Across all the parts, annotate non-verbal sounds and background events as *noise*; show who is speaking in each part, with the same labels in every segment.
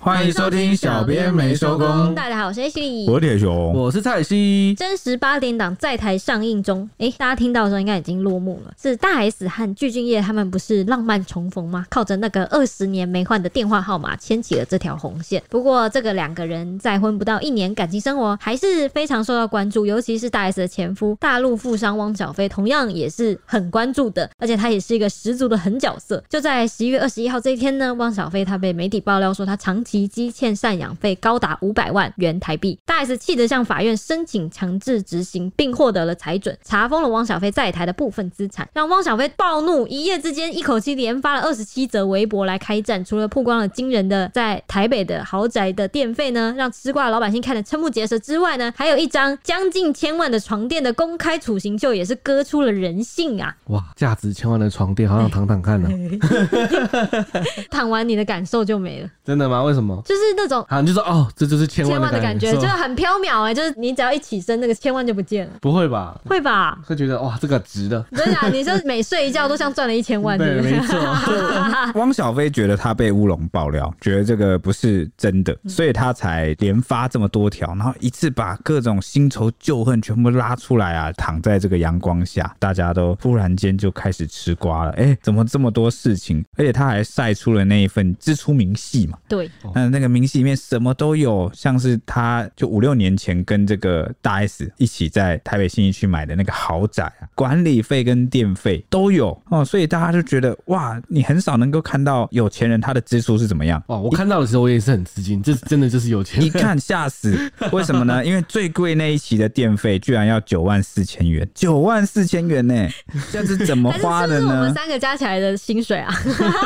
Speaker 1: 欢迎收听小编没收工
Speaker 2: 大家好，我是 H 李。
Speaker 1: 我铁熊，
Speaker 3: 我是蔡西，
Speaker 2: 真实八点档在台上映中，诶，大家听到的时候应该已经落幕了。是大 S 和具俊晔他们不是浪漫重逢吗？靠着那个二十年没换的电话号码牵起了这条红线。不过，这个两个人再婚不到一年，感情生活还是非常受到关注，尤其是大 S 的前夫大陆富商汪小菲，同样也是很关注的，而且他也是一个十足的狠角色。就在十一月二十一号这一天呢，汪小菲他被媒体爆料说他长期积欠赡养费高达五百万元台币，大 S 气得向法院申请强制执行，并获得了裁准，查封了汪小菲在台的部分资产，让汪小菲暴怒，一夜之间一口气连发了二十七则微博来开战。除了曝光了惊人的在台北的豪宅的电费呢，让吃瓜的老百姓看得瞠目结舌之外呢，还有一张将近千万的床垫的公开处刑秀，也是割出了人性啊！
Speaker 3: 哇，价值千万的床垫，好想躺躺
Speaker 1: *laughs*
Speaker 3: 看呢、
Speaker 2: 躺完你的感受就没了，
Speaker 3: 真的吗？为什么？
Speaker 2: 就是那种。
Speaker 3: 啊，你就说哦，这就是千
Speaker 2: 千
Speaker 3: 万
Speaker 2: 万的
Speaker 3: 的
Speaker 2: 感
Speaker 3: 感
Speaker 2: 觉，就是
Speaker 3: 受
Speaker 2: 很缥缈哎，就是你只要一起身，那个千万就不见了，
Speaker 3: 不会吧？
Speaker 2: 会吧？
Speaker 3: 会觉得哇，这个值的，
Speaker 2: 真的
Speaker 1: *laughs*
Speaker 2: 啊、你就是每睡一觉都像赚了一千万，对
Speaker 3: 对，
Speaker 2: 不
Speaker 3: 没
Speaker 2: 对？
Speaker 3: 错，
Speaker 1: 汪小菲觉得他被乌龙爆料，觉得这个不是真的，所以他才连发这么多条，然后一次把各种新仇旧恨全部拉出来啊，躺在这个阳光下，大家都突然间就开始吃瓜了。哎、怎么这么多事情？而且他还晒出了那一份支出明细嘛，
Speaker 2: 对，
Speaker 1: 那那个明细里面什么都有，像是他就五六年前跟这个大 S 一起在台北信义区买的那个豪宅啊，管理费跟电费都有哦，所以大家就觉得哇，你很少能够看到有钱人他的支出是怎
Speaker 3: *laughs*
Speaker 1: 么样。
Speaker 3: 哇，我看到的时候我也是很吃惊，这真的就是有钱
Speaker 1: 一
Speaker 3: 人，
Speaker 1: 看吓死，为什么呢？因为最贵那一期的电费居然要九万四千元，九万四千元呢、这是
Speaker 2: *laughs*
Speaker 1: 怎么
Speaker 2: 但是
Speaker 1: 花
Speaker 2: 是
Speaker 1: 的
Speaker 2: 不是我
Speaker 1: 呢
Speaker 2: 们？三个加起来的薪水啊？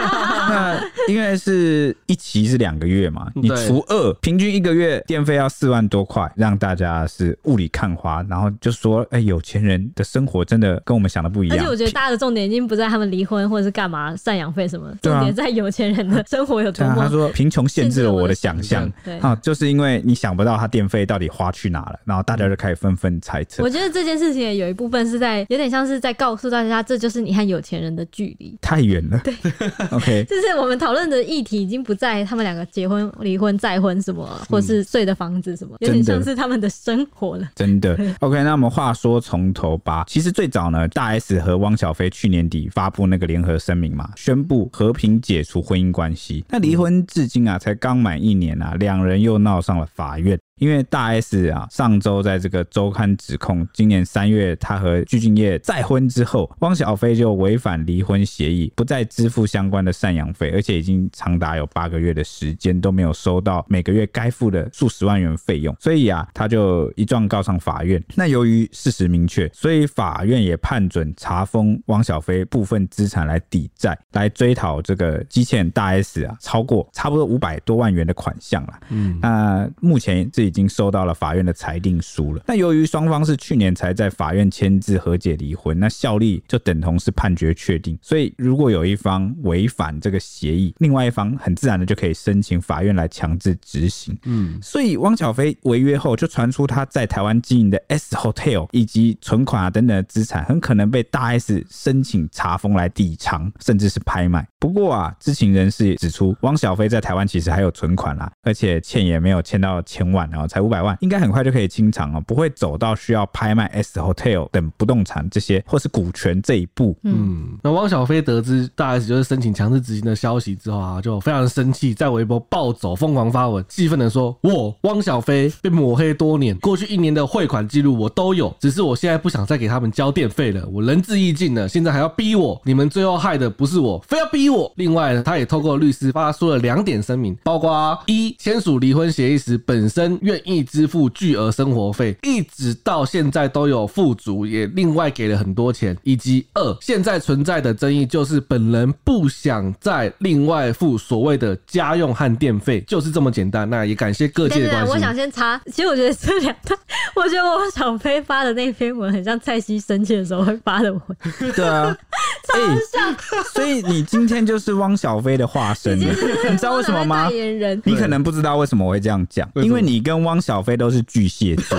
Speaker 1: 那 *laughs* 因为是一期是两个月嘛，你
Speaker 3: 对
Speaker 1: 除二，平均一个月电费要四万多块，让大家是雾里看花，然后就说，哎、有钱人的生活真的跟我们想的不一
Speaker 2: 而
Speaker 1: 样。
Speaker 2: 且我觉得大家的重点已经不在他们离婚或者是干嘛赡养费什么，
Speaker 1: 对
Speaker 2: 重
Speaker 1: 啊
Speaker 2: 点在有钱人的生活有多
Speaker 1: 对啊他
Speaker 2: 么。
Speaker 1: 说贫穷限制了我的想象
Speaker 2: 限制了我的想象对
Speaker 1: 啊，就是因为你想不到他电费到底花去哪了，然后大家就开始纷纷猜测
Speaker 2: 我。觉得这件事情也有一部分是在有点像是在告诉大家，这就是你和有钱人的距离。
Speaker 1: 太远了，对 *laughs* ，OK，
Speaker 2: 就是我们讨论的议题已经不在他们两个结婚、离婚、再婚什么，或是睡的房子什么，有点
Speaker 1: 嗯真的
Speaker 2: 像是他们的生活了。
Speaker 1: 真的。OK，那我们 *laughs* 话说从头吧。其实最早呢，大 S 和汪小菲去年底发布那个联合声明嘛，宣布和平解除婚姻关系。那离婚至今啊，才刚满一年啊，两人又闹上了法院。因为大 S 啊，上周在这个周刊指控，今年三月他和具俊晔再婚之后，汪小菲就违反离婚协议，不再支付相关的赡养费，而且已经长达有八个月的时间都没有收到每个月该付的数十万元费用，所以啊，他就一状告上法院。那由于事实明确，所以法院也判准查封汪小菲部分资产来抵债，来追讨这个积欠大 S 啊超过差不多五百多万元的款项啦。那目前这已经收到了法院的裁定书了。那由于双方是去年才在法院签字和解离婚，那效力就等同是判决确定。所以如果有一方违反这个协议，另外一方很自然的就可以申请法院来强制执行。
Speaker 3: 嗯，
Speaker 1: 所以汪小菲违约后，就传出他在台湾经营的 S Hotel 以及存款啊等等的资产，很可能被大 S 申请查封来抵偿，甚至是拍卖。不过啊，知情人士也指出，汪小菲在台湾其实还有存款啦、而且欠也没有欠到千万哦，才五百万，应该很快就可以清偿哦，不会走到需要拍卖 S Hotel 等不动产这些或是股权这一步。
Speaker 3: 嗯，那汪小菲得知大 S 就是申请强制执行的消息之后啊，就非常生气，在微博暴走，疯狂发文，气愤的说：“我汪小菲被抹黑多年，过去一年的汇款记录我都有，只是我现在不想再给他们交电费了，我仁至义尽了，现在还要逼我，你们最后害的不是我，非要逼我。”另外，他也透过律师发出了两点声明，包括一签署离婚协议时本身愿意支付巨额生活费，一直到现在都有付足，也另外给了很多钱，以及二现在存在的争议就是本人不想再另外付所谓的家用和电费，就是这么简单。那也感谢各
Speaker 2: 但
Speaker 3: 界
Speaker 2: 是
Speaker 3: 的
Speaker 2: 呢，
Speaker 3: 关
Speaker 2: 我
Speaker 3: 心
Speaker 2: *laughs* 想。先查，其实我觉得这两段，我觉得汪小菲发的那篇文很像蔡西生气的时候会发的文，
Speaker 1: 对啊，超
Speaker 2: 像
Speaker 1: 所以你今天就是汪小菲的化身了，你知道为什么吗
Speaker 2: 代？言人
Speaker 1: 你可能不知道为什么我会这样讲，
Speaker 3: 为什么
Speaker 1: 因为你跟汪小菲都是巨蟹座。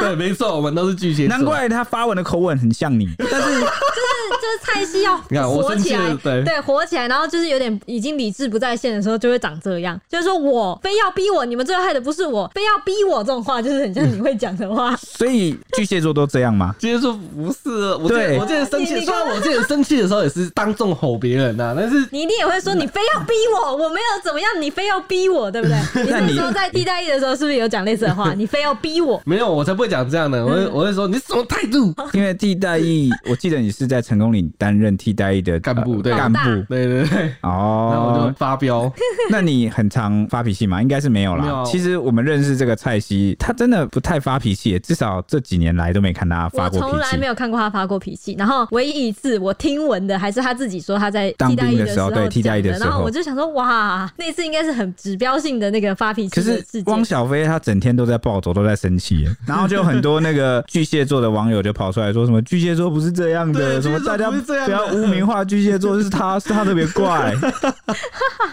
Speaker 3: 对， *laughs* 没错，我们都是巨蟹座。
Speaker 1: 难怪他发文的口吻很像你，但是。
Speaker 2: 就是蔡西要
Speaker 3: 你看我
Speaker 2: 火
Speaker 3: 生
Speaker 2: 起
Speaker 3: 气
Speaker 2: 来
Speaker 3: 了，对
Speaker 2: 对，火起来，然后就是有点已经理智不在线的时候，就会长这样。就是说我非要逼我，你们最后害的不是我，非要逼我这种话，就是很像你会讲的话
Speaker 1: 所以巨蟹座都这样
Speaker 2: *laughs*
Speaker 1: 吗？
Speaker 3: 今天说不是，我之
Speaker 1: 对
Speaker 3: 前我之前生
Speaker 2: 你
Speaker 3: 气，
Speaker 2: 你
Speaker 3: 虽然我之前生气的时候也是当众吼别人呐、但是
Speaker 2: 你一定也会说你非要逼我，我没有怎么样，你非要逼我，对不对？你
Speaker 1: *laughs* 那
Speaker 2: 那
Speaker 1: 你
Speaker 2: 时候在替代役的时候，是不是有讲类似的
Speaker 1: *laughs*
Speaker 2: 话？你非要逼我，
Speaker 3: 没有，我才不会讲这样的，我会
Speaker 2: *laughs*
Speaker 3: 我会说你什么态度？
Speaker 1: 因为替代役，我记得你是在成功岭担任替代役的
Speaker 3: 干部
Speaker 1: 呃
Speaker 3: 对
Speaker 1: 干部
Speaker 2: 老大
Speaker 3: 对对对，然后我
Speaker 1: 哦
Speaker 3: 就。发
Speaker 1: *laughs*
Speaker 3: 飙。
Speaker 1: 那你很常发脾气吗？应该是没有啦。
Speaker 3: 没有
Speaker 1: 其实我们认识这个蔡西，他真的不太发脾气，至少这几年来都没看他发
Speaker 2: 我
Speaker 1: 过
Speaker 2: 从
Speaker 1: 脾
Speaker 2: 来没
Speaker 1: 气。
Speaker 2: 有看过他发过脾气，然后唯一一次我听闻的还是他自己说他在
Speaker 1: 当
Speaker 2: 替代役
Speaker 1: 兵的时候
Speaker 2: 候
Speaker 1: 对替代役的
Speaker 2: 讲的然
Speaker 1: 时候
Speaker 2: 后我就想说哇，那次应该是很指标性的那个发脾气
Speaker 1: 可
Speaker 2: 的
Speaker 1: 是
Speaker 2: 事件
Speaker 1: 汪。小菲他整天都在暴走，都在生气
Speaker 3: *laughs*
Speaker 1: 耶，然后就很多那个巨蟹座的网友就跑出来说什么巨蟹座不是这样的，
Speaker 3: 对
Speaker 1: 什么
Speaker 3: 巨蟹座
Speaker 1: 大家
Speaker 3: 不是这样的
Speaker 1: 不要污名化巨蟹座，是他是他特别
Speaker 3: *laughs*
Speaker 1: 怪。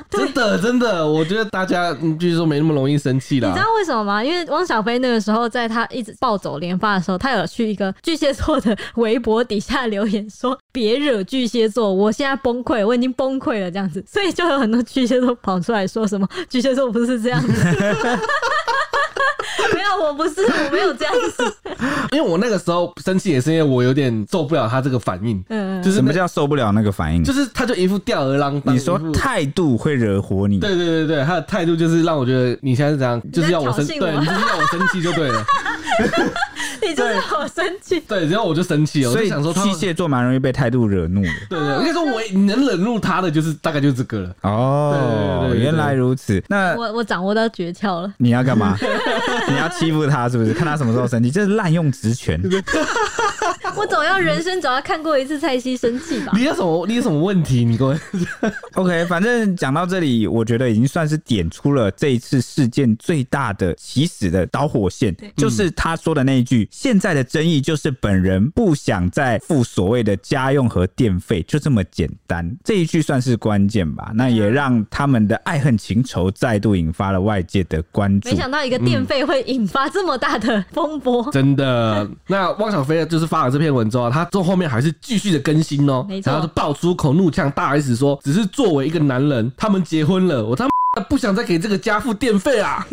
Speaker 3: 真的真的，我觉得大家嗯就是说没那么容易生气
Speaker 2: 你知
Speaker 3: 啦。
Speaker 2: 道为什么吗？因为汪小菲那个时候，在他一直暴走连发的时候，他有去一个巨蟹座的微博底下留言说：“别惹巨蟹座，我现在崩溃，我已经崩溃了。”这样子，所以就有很多巨蟹座跑出来说什么：“巨蟹座不是这样子。” *laughs* 没有，我不是，我没有这样子。
Speaker 3: 因为我那个时候生气也是因为我有点受不了他这个反
Speaker 1: *laughs*
Speaker 3: 应，
Speaker 2: 嗯，
Speaker 3: 就是
Speaker 1: 什
Speaker 3: 那
Speaker 1: 么叫受不了那个反应？
Speaker 3: 就是他就一副吊儿郎当。
Speaker 1: 你
Speaker 3: 一
Speaker 1: 说
Speaker 3: 副
Speaker 1: 态度会惹火你，
Speaker 3: 对对对对，他的态度就是让我觉得你现在是怎样，就是要我生，
Speaker 2: 挑
Speaker 3: 对
Speaker 2: 衅
Speaker 3: 你
Speaker 2: 我
Speaker 3: 就是要我生气就对
Speaker 1: *laughs*
Speaker 3: 了，
Speaker 2: *laughs* 你就是好生气。
Speaker 3: 对，然后我就生气了，我
Speaker 1: 所
Speaker 3: 就
Speaker 1: 以
Speaker 3: 想说他
Speaker 1: 巨
Speaker 3: 们，
Speaker 1: 蟹座蛮容易被态度惹怒的。
Speaker 3: 对
Speaker 1: *laughs*
Speaker 3: 对，应该说我你能忍住他的就是大概就这个了。
Speaker 1: 哦
Speaker 3: 对对，对对
Speaker 1: 原来如此。那
Speaker 2: 我我掌握到诀窍了。
Speaker 1: 你要
Speaker 3: *laughs*
Speaker 1: 干嘛？你要欺负他是不是？看他什么时候生气，这是滥用职权。
Speaker 2: 我总要人生总要看过一次蔡西生气吧？
Speaker 3: 你有什么？你有什么问题？你跟我
Speaker 1: OK，反正讲到这里，我觉得已经算是点出了这一次事件最大的起始的导火线，就是他说的那一句：“现在的争议就是本人不想再付所谓的家用和电费，就这么简单。”这一句算是关键吧？那也让他们的爱恨情仇再度引发了外界的关注
Speaker 2: 没。想到一个电费会引发这么大的风
Speaker 1: 嗯
Speaker 2: 波。
Speaker 3: 真的，那汪小菲就是发了这篇文之后，啊他之后后面还是继续的更新哦
Speaker 2: 没，错
Speaker 3: 然后就爆出口怒呛大 S 说，只是作为一个男人，他们结婚了，我他妈不想再给这个家付电费
Speaker 2: *laughs*
Speaker 3: 啊。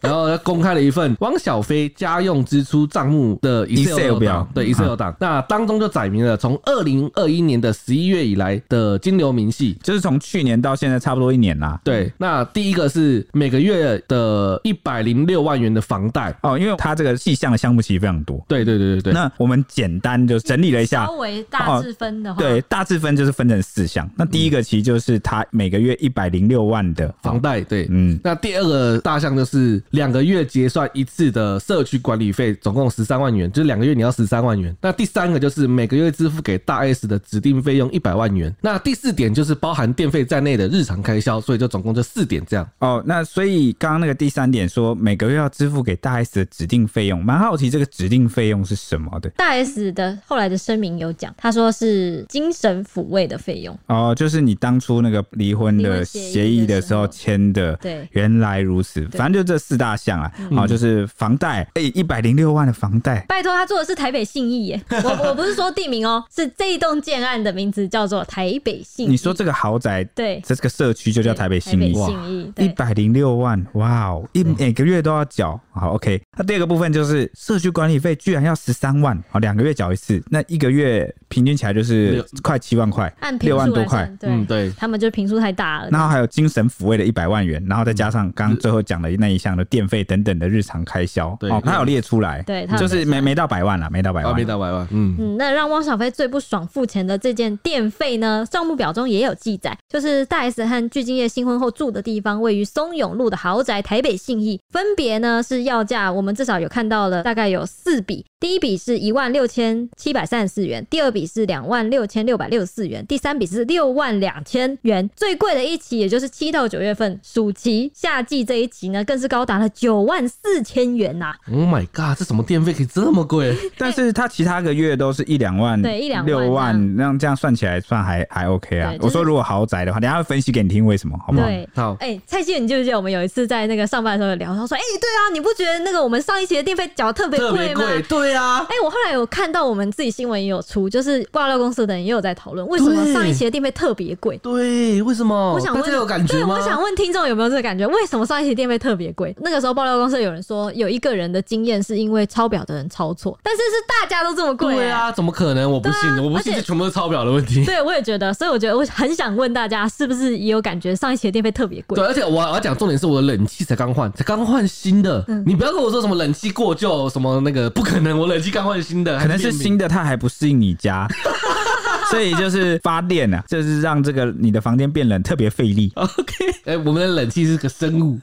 Speaker 3: 然后他公开了一份汪小菲家用支出账目的
Speaker 1: Excel
Speaker 3: Excel
Speaker 1: 表
Speaker 3: 表，嗯对 Excel 档，那当中就载明了从二零二一年的十一月以来的金流明细，
Speaker 1: 就是从去年到现在差不多一年啦。
Speaker 3: 对，那第一个是每个月的一百零六万元的房贷。
Speaker 1: 哦，因为他这个细项的项目其实非常多。
Speaker 3: 对对对对对，
Speaker 1: 那我们简单就整理了一下哦
Speaker 2: 稍，微大致分的话，
Speaker 1: 对，大致分就是分成四项。那第
Speaker 2: 嗯
Speaker 1: 一个其实就是他每个月一百零六万的
Speaker 3: 房贷对，
Speaker 1: 嗯
Speaker 3: 嗯。那第二个大项就是两个月结算一次的社区管理费，总共十三万元，就是两个月你要十三万元。那第三个就是每个月支付给大 S 的指定费用一百万元。那第四点就是包含电费在内的日常开销，所以就总共就四点这样。
Speaker 1: 哦，那所以刚刚那个第三点说每个月要支付给大 S 的指定费用，蛮好奇这个指定费用是什么的
Speaker 2: 大 S 的后来的声明有讲，他说是精神抚慰的费用。
Speaker 1: 哦，就是你当初那个离婚
Speaker 2: 离
Speaker 1: 的
Speaker 2: 婚协议
Speaker 1: 协议的时
Speaker 2: 的
Speaker 1: 候
Speaker 2: 时候
Speaker 1: 签的，
Speaker 2: 对嗯
Speaker 1: 原来如此，反正就这四大项啊，哦，就是房贷，哎，一百零六万的房贷，
Speaker 2: 拜托，他做的是台北信义耶，我我不是说地名哦， *laughs* 是这一栋建案的名字叫做台北信义。
Speaker 1: 你说这个豪宅，
Speaker 2: 对
Speaker 1: 这个社区就叫台北信义，
Speaker 2: 台北信义
Speaker 1: 一
Speaker 2: 对。
Speaker 1: 百零六万，哇哦，一每个月都要缴。好，OK。那第二个部分就是社区管理费，居然要十三万，好，两个月缴一次，那一个月平均起来就是
Speaker 3: 六
Speaker 1: 快七万块
Speaker 2: 按，平
Speaker 1: 六万
Speaker 2: 数
Speaker 1: 多
Speaker 2: 来
Speaker 1: 块
Speaker 2: 算，。对、
Speaker 3: 嗯，对。
Speaker 2: 他们就平数太大了。
Speaker 1: 然后还有精神抚慰的一百万元，然后再加上刚
Speaker 2: 嗯
Speaker 1: 刚最后讲的那一项的电费等等的日常开销，
Speaker 3: 对
Speaker 1: 哦，它有列出来，
Speaker 2: 对它有
Speaker 1: 就是没没到百万啦，没到百
Speaker 3: 啊，
Speaker 2: 哦
Speaker 1: 万
Speaker 3: 没，到百万，嗯，
Speaker 2: 嗯，那让汪小菲最不爽付钱的这件电费呢，账目表中也有记载，就是大 S 和具俊晔新婚后住的地方位于松永路的豪宅台北信义，分别呢是要价，我们至少有看到了大概有四笔，第一笔是一万六千七百三十四元，第二笔笔是两万六千六百六十四元，第三笔是六万两千元，最贵的一期也就是七到九月份暑期夏季这一期呢，更是高达了九万四千元呐、
Speaker 3: Oh my god，这什么电费可以这么贵？
Speaker 1: 但是他其他个月都是一两万，
Speaker 2: 对一两万
Speaker 1: 六
Speaker 2: 这
Speaker 1: 万，那样这样算起来算还还 OK 啊
Speaker 2: 对。就是
Speaker 1: 我说如果豪宅的话，等一下会分析给你听为什么，好不好？
Speaker 2: 对。
Speaker 3: 好，
Speaker 2: 哎、蔡希，你记不记得我们有一次在那个上班的时候有聊？他说：“哎、对啊，你不觉得那个我们上一期的电费缴得特别
Speaker 3: 特
Speaker 2: 贵
Speaker 3: 别
Speaker 2: 吗？”
Speaker 3: 贵，对啊，
Speaker 2: 哎、我后来有看到我们自己新闻也有出，就是爆料公司的人也有在讨论，为什么
Speaker 3: 对
Speaker 2: 上一期的电费特别贵？
Speaker 3: 对，为什么？
Speaker 2: 我想
Speaker 3: 大
Speaker 2: 问
Speaker 3: 家有感觉
Speaker 2: 对，
Speaker 3: 吗？
Speaker 2: 我想问听众有没有这个感觉？为什么上一期电费特别贵？那个时候爆料公司有人说，有一个人的经验是因为抄表的人抄错，但是是大家都这么贵、
Speaker 3: 对
Speaker 2: 欸。
Speaker 3: 啊，怎么可能？我不信，
Speaker 2: 对啊
Speaker 3: 我不
Speaker 2: 而
Speaker 3: 信，
Speaker 2: 且
Speaker 3: 这全部都是抄表的问题。
Speaker 2: 对，我也觉得，所以我觉得我很想问大家，是不是也有感觉上一期的电费特别贵
Speaker 3: 对，？而且我我要讲重点是我的冷气才刚换，才刚换新的。
Speaker 2: 嗯
Speaker 3: 你不要跟我说什么冷气过旧，什么那个不可能，我冷气刚换新的，
Speaker 1: 可能是
Speaker 3: 还
Speaker 1: 新的，它还不适应你家， *laughs* 所以就是发电啊，就是让这个你的房间变冷特别费力。
Speaker 3: 变 *laughs* 频。哎、我们的冷气是个生
Speaker 2: *laughs*
Speaker 3: 物。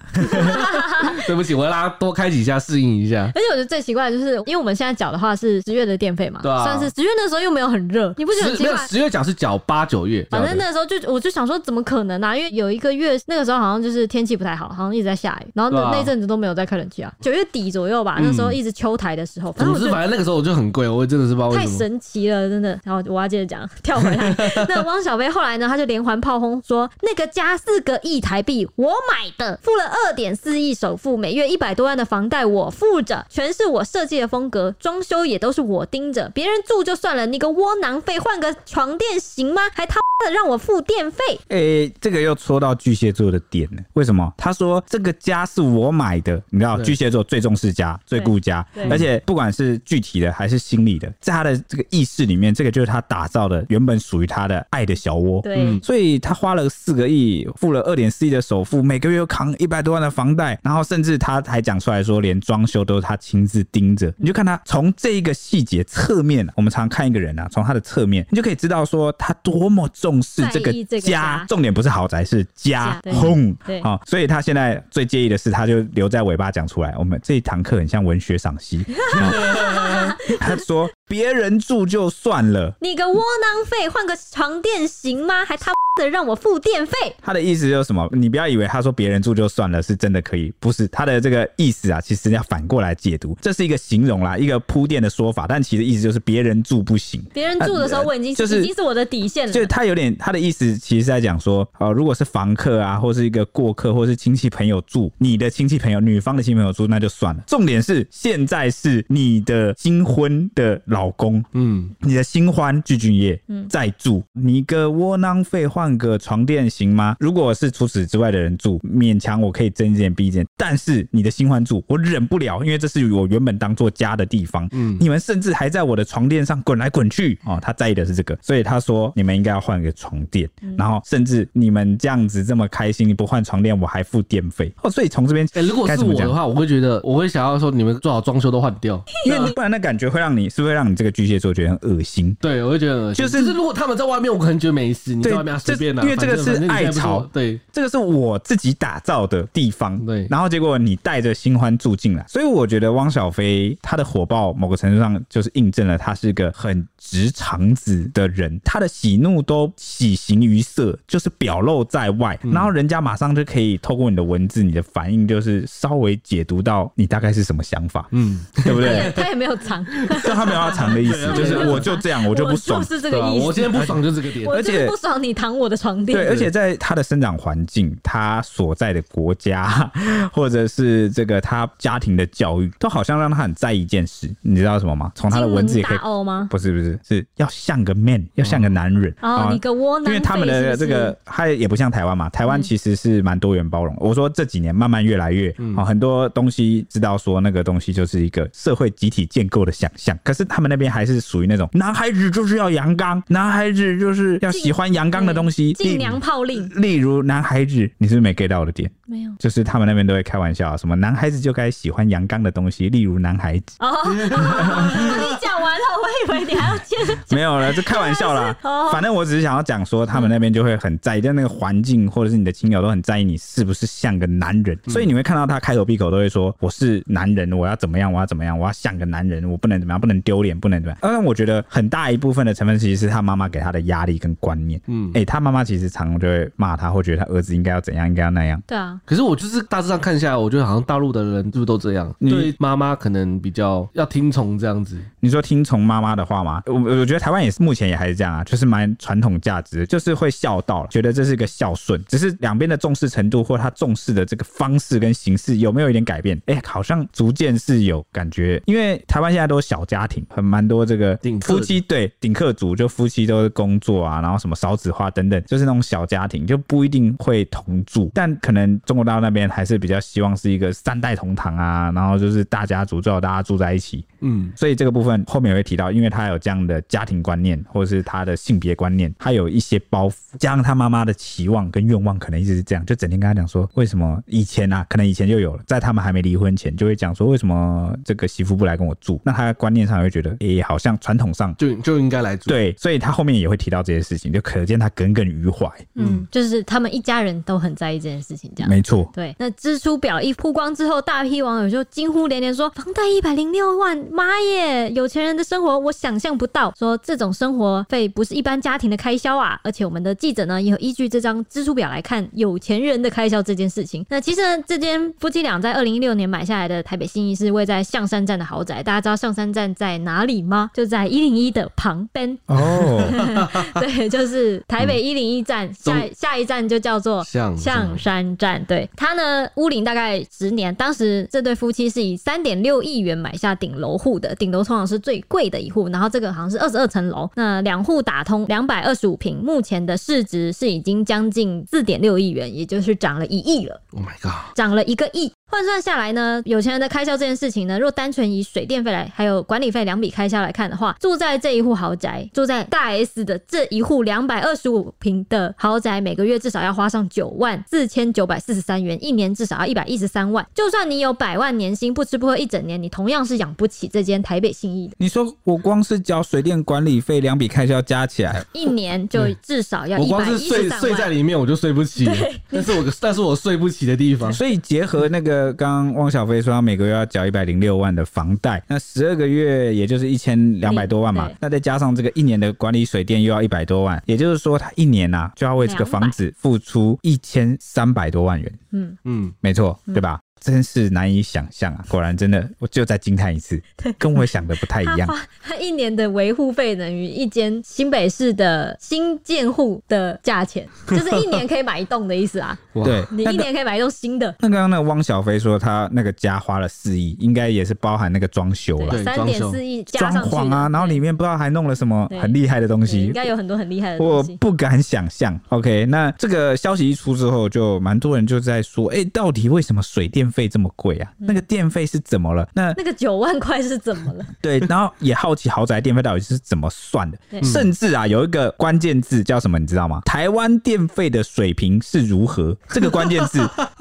Speaker 3: 对不起，我要让它多开几下，适应一下。
Speaker 2: 而且我觉得最奇怪的就是，因为我们现在缴的话是十月的电费嘛，
Speaker 3: 对啊
Speaker 2: 算是十月那时候又没有很热，你不觉得很
Speaker 3: 十
Speaker 2: 奇
Speaker 3: 没有
Speaker 2: 怪？
Speaker 3: 十月讲是缴八九月，
Speaker 2: 反
Speaker 3: 这
Speaker 2: 正
Speaker 3: 样子
Speaker 2: 那时候就我就想说，怎么可能啊？因为有一个月那个时候好像就是天气不太好，好像一直在下雨，然后那、
Speaker 3: 对啊嗯
Speaker 2: 那一阵子都没有在开冷气啊。九月底左右吧，那时候一直秋台的时候，反正
Speaker 3: 总
Speaker 2: 我
Speaker 3: 之
Speaker 2: 就
Speaker 3: 反正那个时候我就很贵，我真的是不知道为
Speaker 2: 太
Speaker 3: 什么。
Speaker 2: 神奇了，真的。然后我要接着讲，跳回
Speaker 1: *laughs*
Speaker 2: 来。那汪小菲后来呢，他就连环炮轰说，那个加四个亿台币，我买的，付了二点四亿首付，每月一百多万的房贷我付着，全是我设计的风格，装修也都是我盯着，别人住就算了，你个窝囊废，换个床垫行吗？还他妈的让我付电费。
Speaker 1: 诶、这个又戳到巨蟹座的点了。为什么？他说这个家是我买的，你知道
Speaker 3: 对
Speaker 1: 巨蟹座最重视家，最顾家
Speaker 2: 对，对
Speaker 1: 而且不管是具体的还是心理的，在他的这个意识里面，这个就是他打造的原本属于他的爱的小窝。
Speaker 2: 对。
Speaker 3: 嗯
Speaker 1: 所以他花了四个亿，付了二点四亿的首付，每个月又扛一百多万的房贷，然后甚至他还讲出来说，连装修都是他亲自盯着。你就看他从这一个细节侧面，我们常看一个人啊，从他的侧面，你就可以知道说他多么重视这个
Speaker 2: 在意这个
Speaker 1: 家
Speaker 2: 家。
Speaker 1: 重点不是豪宅，是家
Speaker 2: 家对
Speaker 1: home。
Speaker 2: 对
Speaker 1: 好、所以他现在最介意的是，他就留在尾巴讲出来。我们这一堂课很像文学赏析。
Speaker 2: *laughs*
Speaker 1: 哦他说别人住就算了。
Speaker 2: 你个窝囊废，换个床垫行吗？还他妈的让我付电费。
Speaker 1: 他的意思就是什么？你不要以为他说别人住就算了，是真的可以，不是他的这个意思啊。其实要反过来解读，这是一个形容啦，一个铺垫的说法，但其实意思就是别人住不行。
Speaker 2: 别人住的时候，
Speaker 1: 呃
Speaker 2: 我已经、
Speaker 1: 就是
Speaker 2: 已经是我的底线了。
Speaker 1: 就是他有点他的意思，其实是在讲说，呃，如果是房客啊，或是一个过客，或是亲戚朋友住，你的亲戚朋友，女方的亲戚朋友住，那就算了。重点是现在是你的新婚的老公，
Speaker 3: 嗯，
Speaker 1: 你的新欢具俊晔在住，你个窝囊废，换个床垫行吗？如果是除此之外的人住，勉强我可以睁一只眼闭一只眼，但是你的新欢住，我忍不了，因为这是我原本当做家的地方。嗯，你们甚至还在我的床垫上滚来滚去哦，他在意的是这个，所以他说你们应该要换个床垫，然后甚至你们这样子这么开心，你不换床垫我还付电费哦，所以从这边
Speaker 3: 哎、如果
Speaker 1: 该
Speaker 3: 是
Speaker 1: 怎么
Speaker 3: 我
Speaker 1: 讲
Speaker 3: 的话，我会觉得我会想要说你们最好装修都换
Speaker 1: *laughs*
Speaker 3: 掉，
Speaker 1: 因为你不然那感觉会让你是不是会让你这个巨蟹座觉得很恶心？
Speaker 3: 对，我会觉得很恶心
Speaker 1: 就是
Speaker 3: 就是如果他们在外面，我可能觉得没事，你在
Speaker 1: 对
Speaker 3: 外面啊随便啦、
Speaker 1: 这因为这个
Speaker 3: 反正
Speaker 1: 是
Speaker 3: 反正你现在
Speaker 1: 爱巢
Speaker 3: 不是对，
Speaker 1: 这个是我自己打造的地方，
Speaker 3: 对
Speaker 1: 然后结果你带着新欢住进来，所以我觉得汪小菲他的火爆，某个程度上就是印证了他是个很直肠子的人，他的喜怒都喜形于色，就是表露在外，然后人家马上就可以透过你的文字、你的反应，就是稍微解读到你大概是什么想法，
Speaker 3: 嗯，
Speaker 1: 对不
Speaker 2: 他
Speaker 1: 对
Speaker 2: 也？他也没有藏，
Speaker 1: 就他没有要藏的意思，就是我就这样，我就不爽
Speaker 2: 我，就是这
Speaker 3: 对
Speaker 2: 个
Speaker 3: 啊，
Speaker 2: 意思。
Speaker 3: 我今天不爽就这个点，
Speaker 2: 我就是
Speaker 1: 而且
Speaker 2: 不爽你躺我的床垫。
Speaker 1: 对，而且在他的生长环境、他所在的国家， *laughs* 或者是这个他家庭的教育，都好像让他很在意一件事，你知道什么吗？从他的文字也可
Speaker 2: 金
Speaker 1: 以
Speaker 2: 门大，欧吗？
Speaker 1: 不是不是，是要像个 man，要像个男人啊
Speaker 2: 哦，你个窝囊
Speaker 1: 因
Speaker 2: 废！
Speaker 1: 为他们的这
Speaker 2: 是嗯
Speaker 1: 个
Speaker 2: 不是，
Speaker 1: 他也不像台湾嘛，台湾其实是蛮多元包容。我说这几年慢慢越来越，好、很多东西知道说那个东西就是一个社会集体建构的想象，可是他们那边还是属于那种男孩子就是要阳刚，男孩子就是要喜欢阳刚的东西，
Speaker 2: 禁
Speaker 1: 例
Speaker 2: 娘炮令
Speaker 1: 例如男孩子，你是不是没 get 到我的点？
Speaker 2: 没有。
Speaker 1: 就是他们那边都会开玩笑、啊，什么男孩子就该喜欢
Speaker 2: 哦
Speaker 1: 阳刚的东西，例如男孩子。
Speaker 2: 哦，你讲完了，我以为你还要接
Speaker 1: 没有了，这开玩笑 *laughs* 啦
Speaker 2: 哦。
Speaker 1: 反正我只是想要讲说，他们那边就会很在意，但那个环境或者是你的亲友都很在意你是不是像个男人，所以你会看到他开口闭口都会说我是男人，我要怎么样，我要怎么样，我要像个男人，我不能怎么样，不能丢脸，不能怎么样。当然，我觉得很大一部分的成分其实是他妈妈给他的压力跟观念。嗯，哎、他妈妈其实常常就会骂他，或觉得他儿子应该要怎样，应该要那样。
Speaker 2: 对啊，
Speaker 3: 可是我就是大致上看下来，我觉得好像大陆的人是不是都这样？对妈妈可能比较要听从这样子，
Speaker 1: 你说听从妈妈的话吗？我我觉得台湾也是，目前也还是这样啊，就是蛮传统价值，就是会孝道，觉得这是一个孝顺，只是两边的重视程度或他重视的这个方式跟形式有没有一点改变？哎、好像逐渐是有感觉，因为台湾现在都是小家庭，很蛮多这个
Speaker 3: 顶客
Speaker 1: 夫妻对顶客族，就夫妻都是工作啊，然后什么少子化等等，就是那种小家庭就不一定会同住，但可能中国大陆那边还是比较希望是一个三代同堂啊，然后就是大家族最好大家住在一起。
Speaker 3: 嗯，
Speaker 1: 所以这个部分后面也会提到，因为他有这样的家庭观念，或者是他的性别观念，他有一些包袱，加上他妈妈的期望跟愿望，可能一直是这样，就整天跟他讲说，为什么以前啊，可能以前就有了，在他们还没离婚前，就会讲说，为什么这个媳妇不来跟我住？那他的观念上也会觉得，诶、好像传统上。
Speaker 3: 就就应该来做。
Speaker 1: 对，所以他后面也会提到这些事情，就可见他耿耿于怀。
Speaker 2: 嗯，就是他们一家人都很在意这件事情，这样。
Speaker 1: 没错，
Speaker 2: 对，那支出表一曝光之后，大批网友就惊呼连连说，房贷一百零六万，妈耶！有钱人的生活我想象不到，说这种生活费不是一般家庭的开销啊！而且我们的记者呢，也有依据这张支出表来看有钱人的开销这件事情。那其实呢，这间夫妻俩在二零一六年买下来的台北信义是位在象山站的豪宅，大家知道象山站在哪里吗？就在一零一的旁边，
Speaker 1: 哦，
Speaker 3: *laughs*
Speaker 2: 对，就是台北一零一站，下
Speaker 3: 嗯中
Speaker 2: 下一站就叫做
Speaker 3: 象
Speaker 2: 象山站。对，它呢屋龄大概十年，当时这对夫妻是以三点六亿元买下顶楼户的，顶楼通常是最贵的一户，然后这个好像是二十二层楼，那两户打通两百二十五平，目前的市值是已经将近四点六亿元，也就是涨了一亿了。
Speaker 3: ，Oh my god，
Speaker 2: 涨了一个亿。换算下来呢，有钱人的开销这件事情呢，若单纯以水电费来还有管理费两笔开销来看的话，住在这一户豪宅，住在大 S 的这一户两百二十五平的豪宅，每个月至少要花上九万四千九百四十三元，一年至少要一百一十三万。就算你有百万年薪，不吃不喝一整年，你同样是养不起这间台北信义的，
Speaker 1: 你说我光是交水电管理费两笔开销加起来，
Speaker 2: 一年就至少要
Speaker 3: 我
Speaker 2: 一
Speaker 3: 光
Speaker 2: 百
Speaker 3: 是
Speaker 2: 一十
Speaker 3: 睡
Speaker 2: 三
Speaker 3: 睡在
Speaker 2: 万。
Speaker 3: 里面我就睡不起了，但是我但是我睡不起的地
Speaker 2: *laughs*
Speaker 3: 方，
Speaker 1: 所以结合那个刚刚汪小菲说，他每个月要缴一百零六万的房贷，那十二个月也就是一千两百多万嘛
Speaker 2: 对，
Speaker 1: 那再加上这个一年的管理水电又要一百多万，也就是说他一年呐、啊、就要为这个房子付出一千三百多万元，
Speaker 2: 嗯，
Speaker 3: 嗯，
Speaker 1: 没错，对吧？真是难以想象啊！果然真的，我就再惊叹
Speaker 2: *laughs*
Speaker 1: 一次，跟我想的不太一
Speaker 2: 他
Speaker 1: 样。
Speaker 2: 花他一年的维护费等于一间新北市的新建户的价钱，
Speaker 1: *laughs*
Speaker 2: 就是一年可以买一栋的意思啊。
Speaker 3: 哇
Speaker 1: 对，
Speaker 2: 你
Speaker 1: 那
Speaker 2: 一
Speaker 1: 个
Speaker 2: 年可以买一栋新的，
Speaker 1: 那刚刚那个汪小菲说他那个家花了四亿，应该也是包含那个装修了。
Speaker 3: 对
Speaker 2: 三
Speaker 3: 装
Speaker 2: 点
Speaker 3: 修
Speaker 2: 四亿加
Speaker 1: 装
Speaker 2: 上去
Speaker 1: 潢
Speaker 2: 的
Speaker 1: 啊，然后
Speaker 2: 对
Speaker 1: 里面不知道还弄了什么
Speaker 2: 对
Speaker 1: 很厉害的东
Speaker 2: 对
Speaker 1: 西
Speaker 2: 应，该有很多很厉害的东
Speaker 1: 我
Speaker 2: 西。
Speaker 1: 不敢想象。OK，那这个消息一出之后，就蛮多人就在说，哎、到底为什么水电费这么贵啊？
Speaker 2: 嗯
Speaker 1: 那个电费是怎么了？那
Speaker 2: 那个九万块是怎么了？
Speaker 1: 对，
Speaker 2: *laughs*
Speaker 1: 然后也好奇豪宅电费到底是怎么算的
Speaker 2: 对，
Speaker 1: 甚至啊有一个关键字叫什么，你知道吗？台湾电费的水平是如何？这个关键字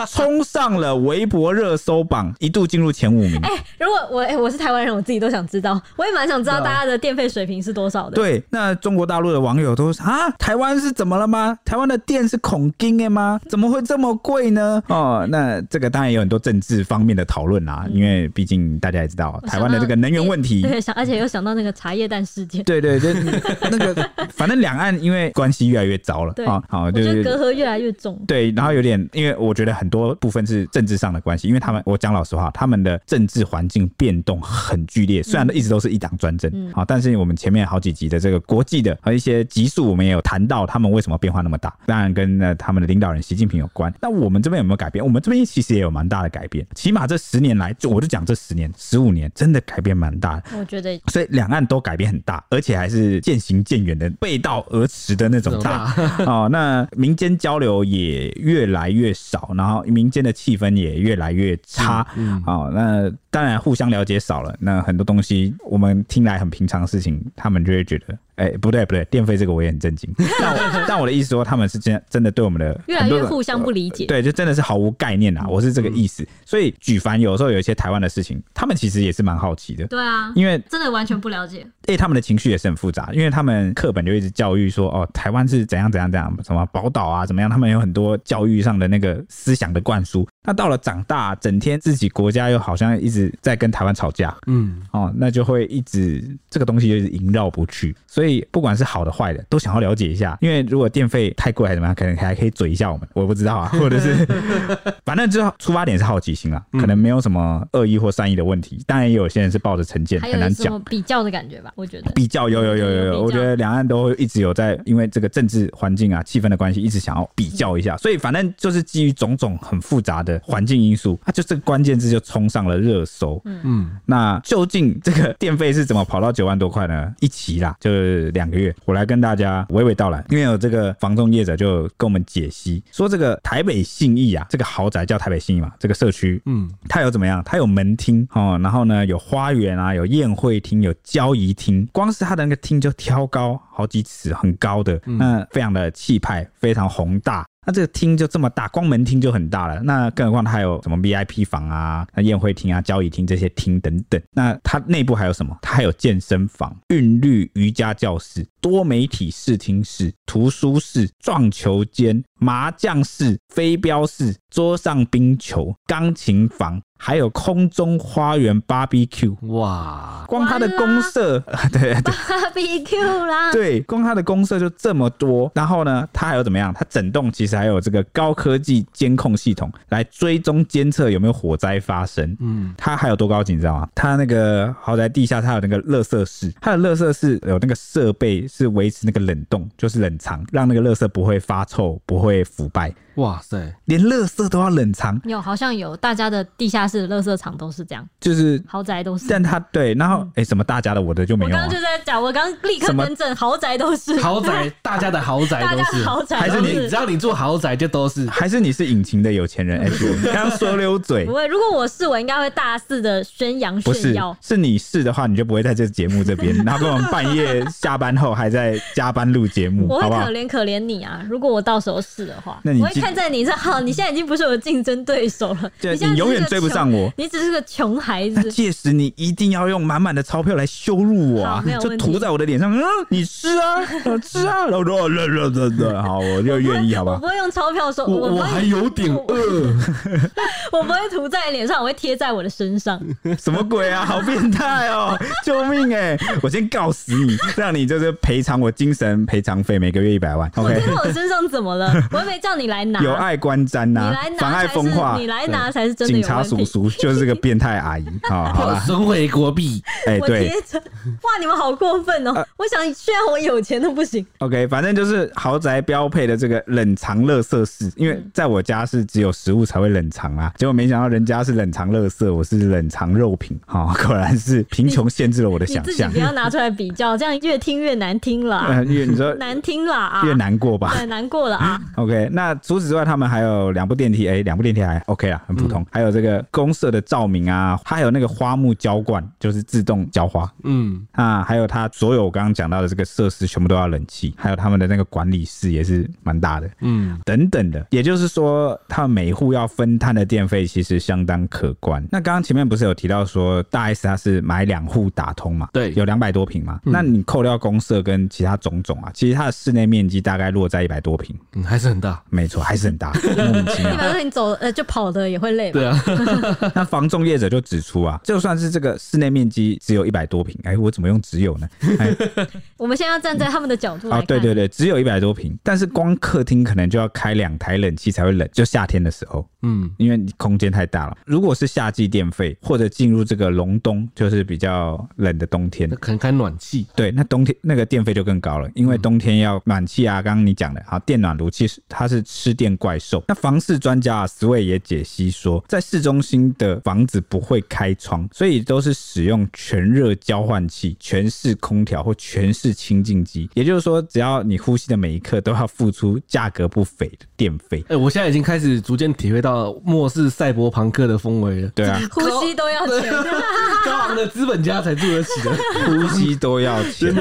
Speaker 1: 冲上了微博热搜榜，一度进入前五名。
Speaker 2: 哎、如果我哎、我是台湾人，我自己都想知道，我也蛮想知道
Speaker 3: 对啊
Speaker 2: 大家的电费水平是多少的。
Speaker 1: 对，那中国大陆的网友都说啊，台湾是怎么了吗？台湾的电是恐惊的吗？怎么会这么贵呢？哦，那这个当然有很多政治方面的讨论啦，因为毕竟大家也知道
Speaker 2: 我想到
Speaker 1: 台湾的这个能源问题。
Speaker 2: 对，想而且又想到那个茶叶蛋事件，
Speaker 1: 对对对，那 *laughs* 个反正两岸因为关系越来越糟了
Speaker 2: 对
Speaker 1: 啊，好
Speaker 2: 我
Speaker 1: 就
Speaker 2: 觉得
Speaker 1: 是
Speaker 2: 隔阂越来越重。
Speaker 1: 对，然后有点，因为我觉得很多部分是政治上的关系，因为他们，我讲老实话，他们的政治环境变动很剧烈，虽然一直都是一党专政，好、但是我们前面好几集的这个国际的和一些集数，我们也有谈到他们为什么变化那么大，当然跟呃他们的领导人习近平有关。那我们这边有没有改变？我们这边其实也有蛮大的改变，起码这十年来，就我就讲这十年、十五年，真的改变蛮大的。
Speaker 2: 我觉得
Speaker 1: 所以两岸都改变很大，而且还是渐行渐远的，背道而驰的那种大哦。那民间交流也越来越少，然后民间的气氛也越来越差。哦，那当然互相了解少了，那很多东西我们听来很平常的事情，他们就会觉得。哎、不对不对，电费这个我也很震惊。但我但我的意思说，他们是真真的对我们的呃
Speaker 2: 越来
Speaker 1: 很多
Speaker 2: 越
Speaker 1: 的
Speaker 2: 互相不理解。
Speaker 1: 对，就真的是毫无概念啊！我是这个意思。
Speaker 2: 嗯
Speaker 1: 所以举凡有时候有一些台湾的事情，他们其实也是蛮好奇的，
Speaker 4: 对啊，
Speaker 1: 因为
Speaker 4: 真的完全不了解。
Speaker 1: 对他们的情绪也是很复杂，因为他们课本就一直教育说，哦，台湾是怎样怎样怎样，什么宝岛啊，怎么样，他们有很多教育上的那个思想的灌输。那到了长大，整天自己国家又好像一直在跟台湾吵架，
Speaker 3: 嗯，
Speaker 1: 哦，那就会一直这个东西就是萦绕不去。所以不管是好的坏的，都想要了解一下，因为如果电费太贵还是怎么样，可能还可以嘴一下我们，我不知道啊，或者是反正之后出发点是好奇心啊，可能没有什么恶意或善意的问题。当然也有些人是抱着成见，
Speaker 4: 还
Speaker 1: 很
Speaker 4: 有
Speaker 1: 难
Speaker 4: 什
Speaker 1: 讲
Speaker 4: 么。比较的感觉吧？我觉得 *laughs*
Speaker 1: 比较有有有有
Speaker 4: 有比
Speaker 1: 有，
Speaker 4: 较
Speaker 1: 我觉得两岸都一直有在因为这个政治环境啊、气氛的关系，一直想要比较一下，
Speaker 4: 嗯
Speaker 1: 所以反正就是基于种种很复杂的环境因素，它就这个关键字就冲上了热搜。
Speaker 3: 嗯，
Speaker 1: 那究竟这个电费是怎么跑到九万多块呢？一期啦，就是两个月，我来跟大家娓娓道来。因为有这个房仲业者就跟我们解析说，这个台北信义啊，这个豪宅叫台北信义嘛，这个社区，
Speaker 3: 嗯，
Speaker 1: 它有怎么样？它有门厅哦，然后呢有花园啊，有宴会厅，有交谊厅，光是它的那个厅就挑高好几尺，很高的，那非常的气派，非常宏大。那这个厅就这么大，光门厅就很大了。那更何况它还有什么 VIP 房啊、那宴会厅啊、交易厅这些厅等等。那它内部还有什么？它还有健身房、韵律瑜伽教室、多媒体视听室、图书室、撞球间、麻将室、飞镖室、桌上冰球、钢琴房，还有空中花园 BBQ。
Speaker 3: 哇，
Speaker 1: 光它的公社， *laughs* 对对
Speaker 2: B Q 啦，
Speaker 1: 对，光它的公社就这么多，然后呢，它还有怎么样？它整栋其实还有这个高科技监控系统来追踪监测有没有火灾发生。
Speaker 3: 嗯，
Speaker 1: 它还有多高级，你知道吗？它那个豪宅地下，它有那个垃圾室，它的垃圾室有那个设备是维持那个冷冻，就是冷藏，让那个垃圾不会发臭，不会腐败，
Speaker 3: 哇塞，
Speaker 1: 连垃圾都要冷藏，
Speaker 4: 有好像有大家的地下室、垃圾场都是这样，
Speaker 1: 就是。
Speaker 4: 豪宅都是。
Speaker 1: 但它对，然后哎，什么大家的我的就
Speaker 4: 嗯
Speaker 1: 没
Speaker 4: 我
Speaker 1: 有
Speaker 4: 刚
Speaker 1: 啊
Speaker 4: 刚就？在讲，我刚刚立刻
Speaker 1: 什么
Speaker 4: 更正，豪宅都是，
Speaker 3: 豪
Speaker 2: *laughs*
Speaker 3: 宅，大家的豪宅
Speaker 4: 大
Speaker 3: 都
Speaker 4: 家
Speaker 3: 是
Speaker 4: 的，豪宅
Speaker 1: 还是
Speaker 4: 都
Speaker 1: 你
Speaker 3: 只要你住豪宅就都是，
Speaker 1: 还是你是引擎的有钱
Speaker 4: *laughs*
Speaker 1: 人？哎，我们刚刚说溜嘴
Speaker 4: 不，会，如果我是，我应该会大肆的宣扬
Speaker 1: 不是
Speaker 4: 炫耀，。
Speaker 1: 是你是的话，你就不会在这节目
Speaker 4: *laughs*
Speaker 1: 这边，然后跟我们半夜下班后还在加班录节目，
Speaker 4: 我会
Speaker 1: 嗯好不好
Speaker 4: 可？怜可怜你啊！如果我到时候是的话，
Speaker 1: 那你
Speaker 4: 我会
Speaker 1: 记
Speaker 4: 看在你这好，你现在已经不是我的竞争对手
Speaker 1: *laughs*
Speaker 4: 了，
Speaker 1: 就
Speaker 4: 现在
Speaker 1: 你永远追不上
Speaker 4: 我，
Speaker 1: 我。
Speaker 4: 你只是个穷
Speaker 1: *laughs*
Speaker 4: 孩
Speaker 1: 那
Speaker 4: 子。
Speaker 1: 届时你一定要用满满的钞票来羞辱我啊
Speaker 4: 好没！有
Speaker 1: 就
Speaker 4: 问题
Speaker 1: 涂在我的脸上，嗯，你吃啊，呃吃啊，然后说，热热热热，好，我就愿意，好不
Speaker 4: 我
Speaker 1: 好？
Speaker 4: 不会用钞票说，
Speaker 3: 我
Speaker 4: 不
Speaker 3: 我还
Speaker 4: 会，
Speaker 3: 有点饿，
Speaker 4: 我不会涂在脸上，我会贴在我的身上。
Speaker 1: 什么鬼啊，好变态哦！救命哎、我先告死你，让你就是赔偿我精神赔偿费，每个月一百万。
Speaker 4: 我贴
Speaker 1: OK，
Speaker 4: 在我身上怎么
Speaker 1: *laughs*
Speaker 4: 了？我又没叫你来拿，
Speaker 1: 有碍观瞻
Speaker 4: 你
Speaker 1: 呐、
Speaker 4: 来拿
Speaker 1: 妨碍
Speaker 4: 才是
Speaker 1: 风化，
Speaker 4: 你来拿才是真的
Speaker 1: 警
Speaker 4: 有
Speaker 1: 察
Speaker 4: 问
Speaker 1: 叔
Speaker 4: 题。
Speaker 1: 叔就是个变态阿姨，
Speaker 4: *laughs*
Speaker 1: 好好啦，
Speaker 3: 损毁国币，
Speaker 1: 哎、
Speaker 4: 我
Speaker 1: 对呃
Speaker 4: 贴着，哇！你们好过分哦！我想，虽然我有钱都不行，
Speaker 1: ，OK，反正就是豪宅标配的这个冷藏垃圾室，因
Speaker 4: 嗯
Speaker 1: 为在我家是只有食物才会冷藏啊，结果没想到人家是冷藏垃圾，我是冷藏肉品，好、 *laughs* 果然是贫穷限制了我的
Speaker 4: 你
Speaker 1: *laughs* 想
Speaker 4: 自己
Speaker 1: 象
Speaker 4: 不，要拿出来比较，这样越听越难听了啊、
Speaker 1: 呃，越
Speaker 4: *laughs*
Speaker 1: 你说
Speaker 4: 难听了啊！
Speaker 1: 越难过吧。
Speaker 4: *laughs* 对，难过了啊！
Speaker 1: OK，那除此之外，他们还有两部电梯，哎、两部电梯还 OK 啦，很
Speaker 4: 嗯
Speaker 1: 普通。还有这个公社的照明啊，它还有那个花木浇灌，就是自动浇花，
Speaker 3: 嗯，
Speaker 1: 啊，还有它所有我刚刚讲到的这个设施全部都要冷气，还有他们的那个管理室也是蛮大的，
Speaker 3: 嗯，
Speaker 1: 等等的。也就是说，他们每户要分摊的电费其实相当可观。那刚刚前面不是有提到说，大 S 它是买两户打通嘛？
Speaker 3: 对
Speaker 1: 有两百多平嘛。那你扣掉公社跟其他种种啊，其实它的室内面积大概落在一百多平，
Speaker 3: 嗯还是很大，
Speaker 1: 没错，还是很大，莫名其
Speaker 4: 你
Speaker 1: 妙。
Speaker 4: 表示你走呃就跑的也会累吧？
Speaker 3: 对啊，
Speaker 1: 那房仲业者就指出啊，就算是这个室内面积只有一百多平，哎，我怎么用只有呢？哎，
Speaker 4: 我们现在要站在他们的角度来
Speaker 1: 哦
Speaker 4: 看，，
Speaker 1: 对对对，只有一百多平，但是光客厅可能就要开两台冷气才会冷，就夏天的时候，
Speaker 3: *laughs* 嗯，
Speaker 1: 因为你空间太大了。如果是夏季电费，或者进入这个隆冬，就是比较冷的冬天
Speaker 3: 那，可能开暖气，
Speaker 1: 对，那冬天那个电费就更高了，因为冬天要暖气啊，刚刚你讲的啊，电暖炉其实它是吃电怪兽。那房市专家啊，Sway 也解析说，在市中心的房子不会开窗，所以都是使用全热交换器、全室空调或全室清净机。也就是说，只要你呼吸的每一刻都要付出价格不菲的电费。
Speaker 3: 哎、我现在已经开始逐渐体会到末世赛博朋克的氛
Speaker 2: *laughs*
Speaker 3: 围了。
Speaker 1: 对啊，
Speaker 4: 呼吸都要钱，
Speaker 3: 高昂的资本家才住得起的，
Speaker 1: *laughs* 呼吸都要 *laughs* 钱，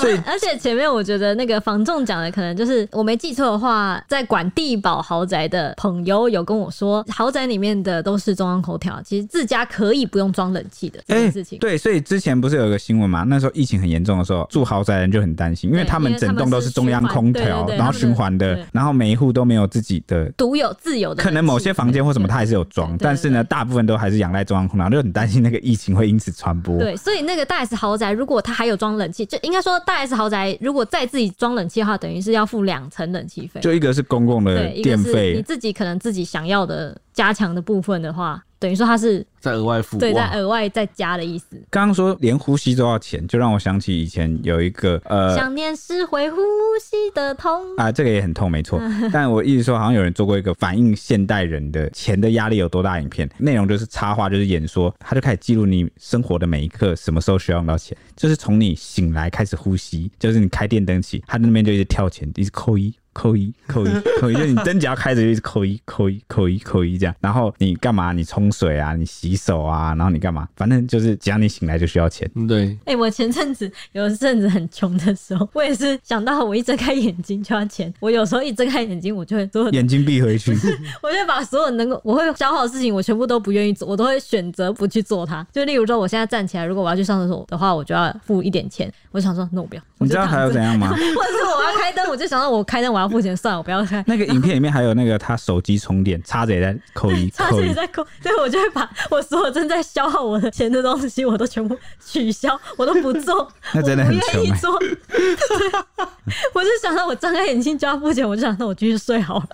Speaker 1: 所以
Speaker 2: *laughs*
Speaker 4: 而且前面我觉得那个房仲讲的可能就是我没记错的话，在管
Speaker 2: 地堡豪宅的朋友有跟我说，豪宅里面的都是中央空调，其实自家可以不用装冷气的这件事情。
Speaker 1: 哎对，所以之前不是有一个新闻嘛？那时候疫情很严重的时候，住豪宅的人就很担心，因为
Speaker 2: 对
Speaker 1: 他们
Speaker 2: 因为他
Speaker 1: 整
Speaker 2: 们
Speaker 1: 栋都
Speaker 2: 是
Speaker 1: 是中央
Speaker 2: 循环
Speaker 1: 空
Speaker 2: 对对
Speaker 1: 调，
Speaker 2: 对
Speaker 1: 然后
Speaker 2: 他们
Speaker 1: 循环
Speaker 2: 对
Speaker 1: 的，然后每一户都没有自己的。
Speaker 2: 独有自有的冷气，
Speaker 1: 可能某些房间或什么，它还是有装，
Speaker 2: 对对
Speaker 1: 但是呢，大部分都还是仰赖中央空调，就很担心那个疫情会因此传播。
Speaker 2: 对，所以那个大 S 豪宅，如果它还有装冷气，就应该说大 S 豪宅如果再自己装冷气的话，等于是要付两层冷气费。
Speaker 1: 就一个是公共的
Speaker 2: 对，一个
Speaker 1: 电
Speaker 2: 是你
Speaker 1: 费，
Speaker 2: 自己可能自己想要的加强的部分的话，等于说它是
Speaker 3: *laughs* 在额外付
Speaker 2: 对在
Speaker 3: 哇
Speaker 2: 额外再加的意思。
Speaker 1: 刚刚说连呼吸都要钱，就让我想起以前有一个呃
Speaker 2: 想念是会呼吸的痛。
Speaker 1: 啊，这个也很痛，没错。但我一直说，好像有人做过一个反映现代人的钱的压力有多大的影片，内容就是插画，就是演说，他就开始记录你生活的每一刻，什么时候需要用到钱，就是从你醒来开始呼吸，就是你开电灯起，他那边就一直跳钱，一直扣一。扣一扣一扣一，就是你灯只要开着就一直扣一扣一扣一扣一这样。然后你干嘛？你冲水啊，你洗手啊，然后你干嘛？反正就是只要你醒来就需要钱。
Speaker 3: 嗯 *laughs* 对，
Speaker 2: 哎、我前阵子有一阵子很穷的时候，我也是想到我一睁开眼睛就要钱。我有时候一睁开眼睛，我就会所有
Speaker 1: 眼睛闭回去，
Speaker 2: *laughs* 我就把所有能够我会消耗的事情，我全部都不愿意做，我都会选择不去做它。就例如说，我现在站起来，如果我要去上厕所的话，我就要付一点钱。我想说，那我不要，我
Speaker 1: 你知
Speaker 2: 就
Speaker 1: 道
Speaker 2: 躺
Speaker 1: 还有
Speaker 2: 着
Speaker 1: 怎样吗？
Speaker 2: *laughs* 或者是我要开灯，我就想到我开灯我要付钱，算了，我不要开。
Speaker 1: 那个影片里面还有那个他手机充电插着也在扣 *laughs* 一
Speaker 2: 差
Speaker 1: 扣
Speaker 2: 距
Speaker 1: 一，
Speaker 2: 在扣，所以我就会把我所有正在消耗我的钱的东西，我都全部取消，我都不
Speaker 3: *laughs*
Speaker 2: 做，
Speaker 1: 那真的很
Speaker 2: 我不
Speaker 1: 穷
Speaker 2: 愿意
Speaker 3: 欸
Speaker 1: 哎、
Speaker 2: 做。 *laughs* 对我就想到我张开眼睛就要付钱，我就想到我继续睡好了。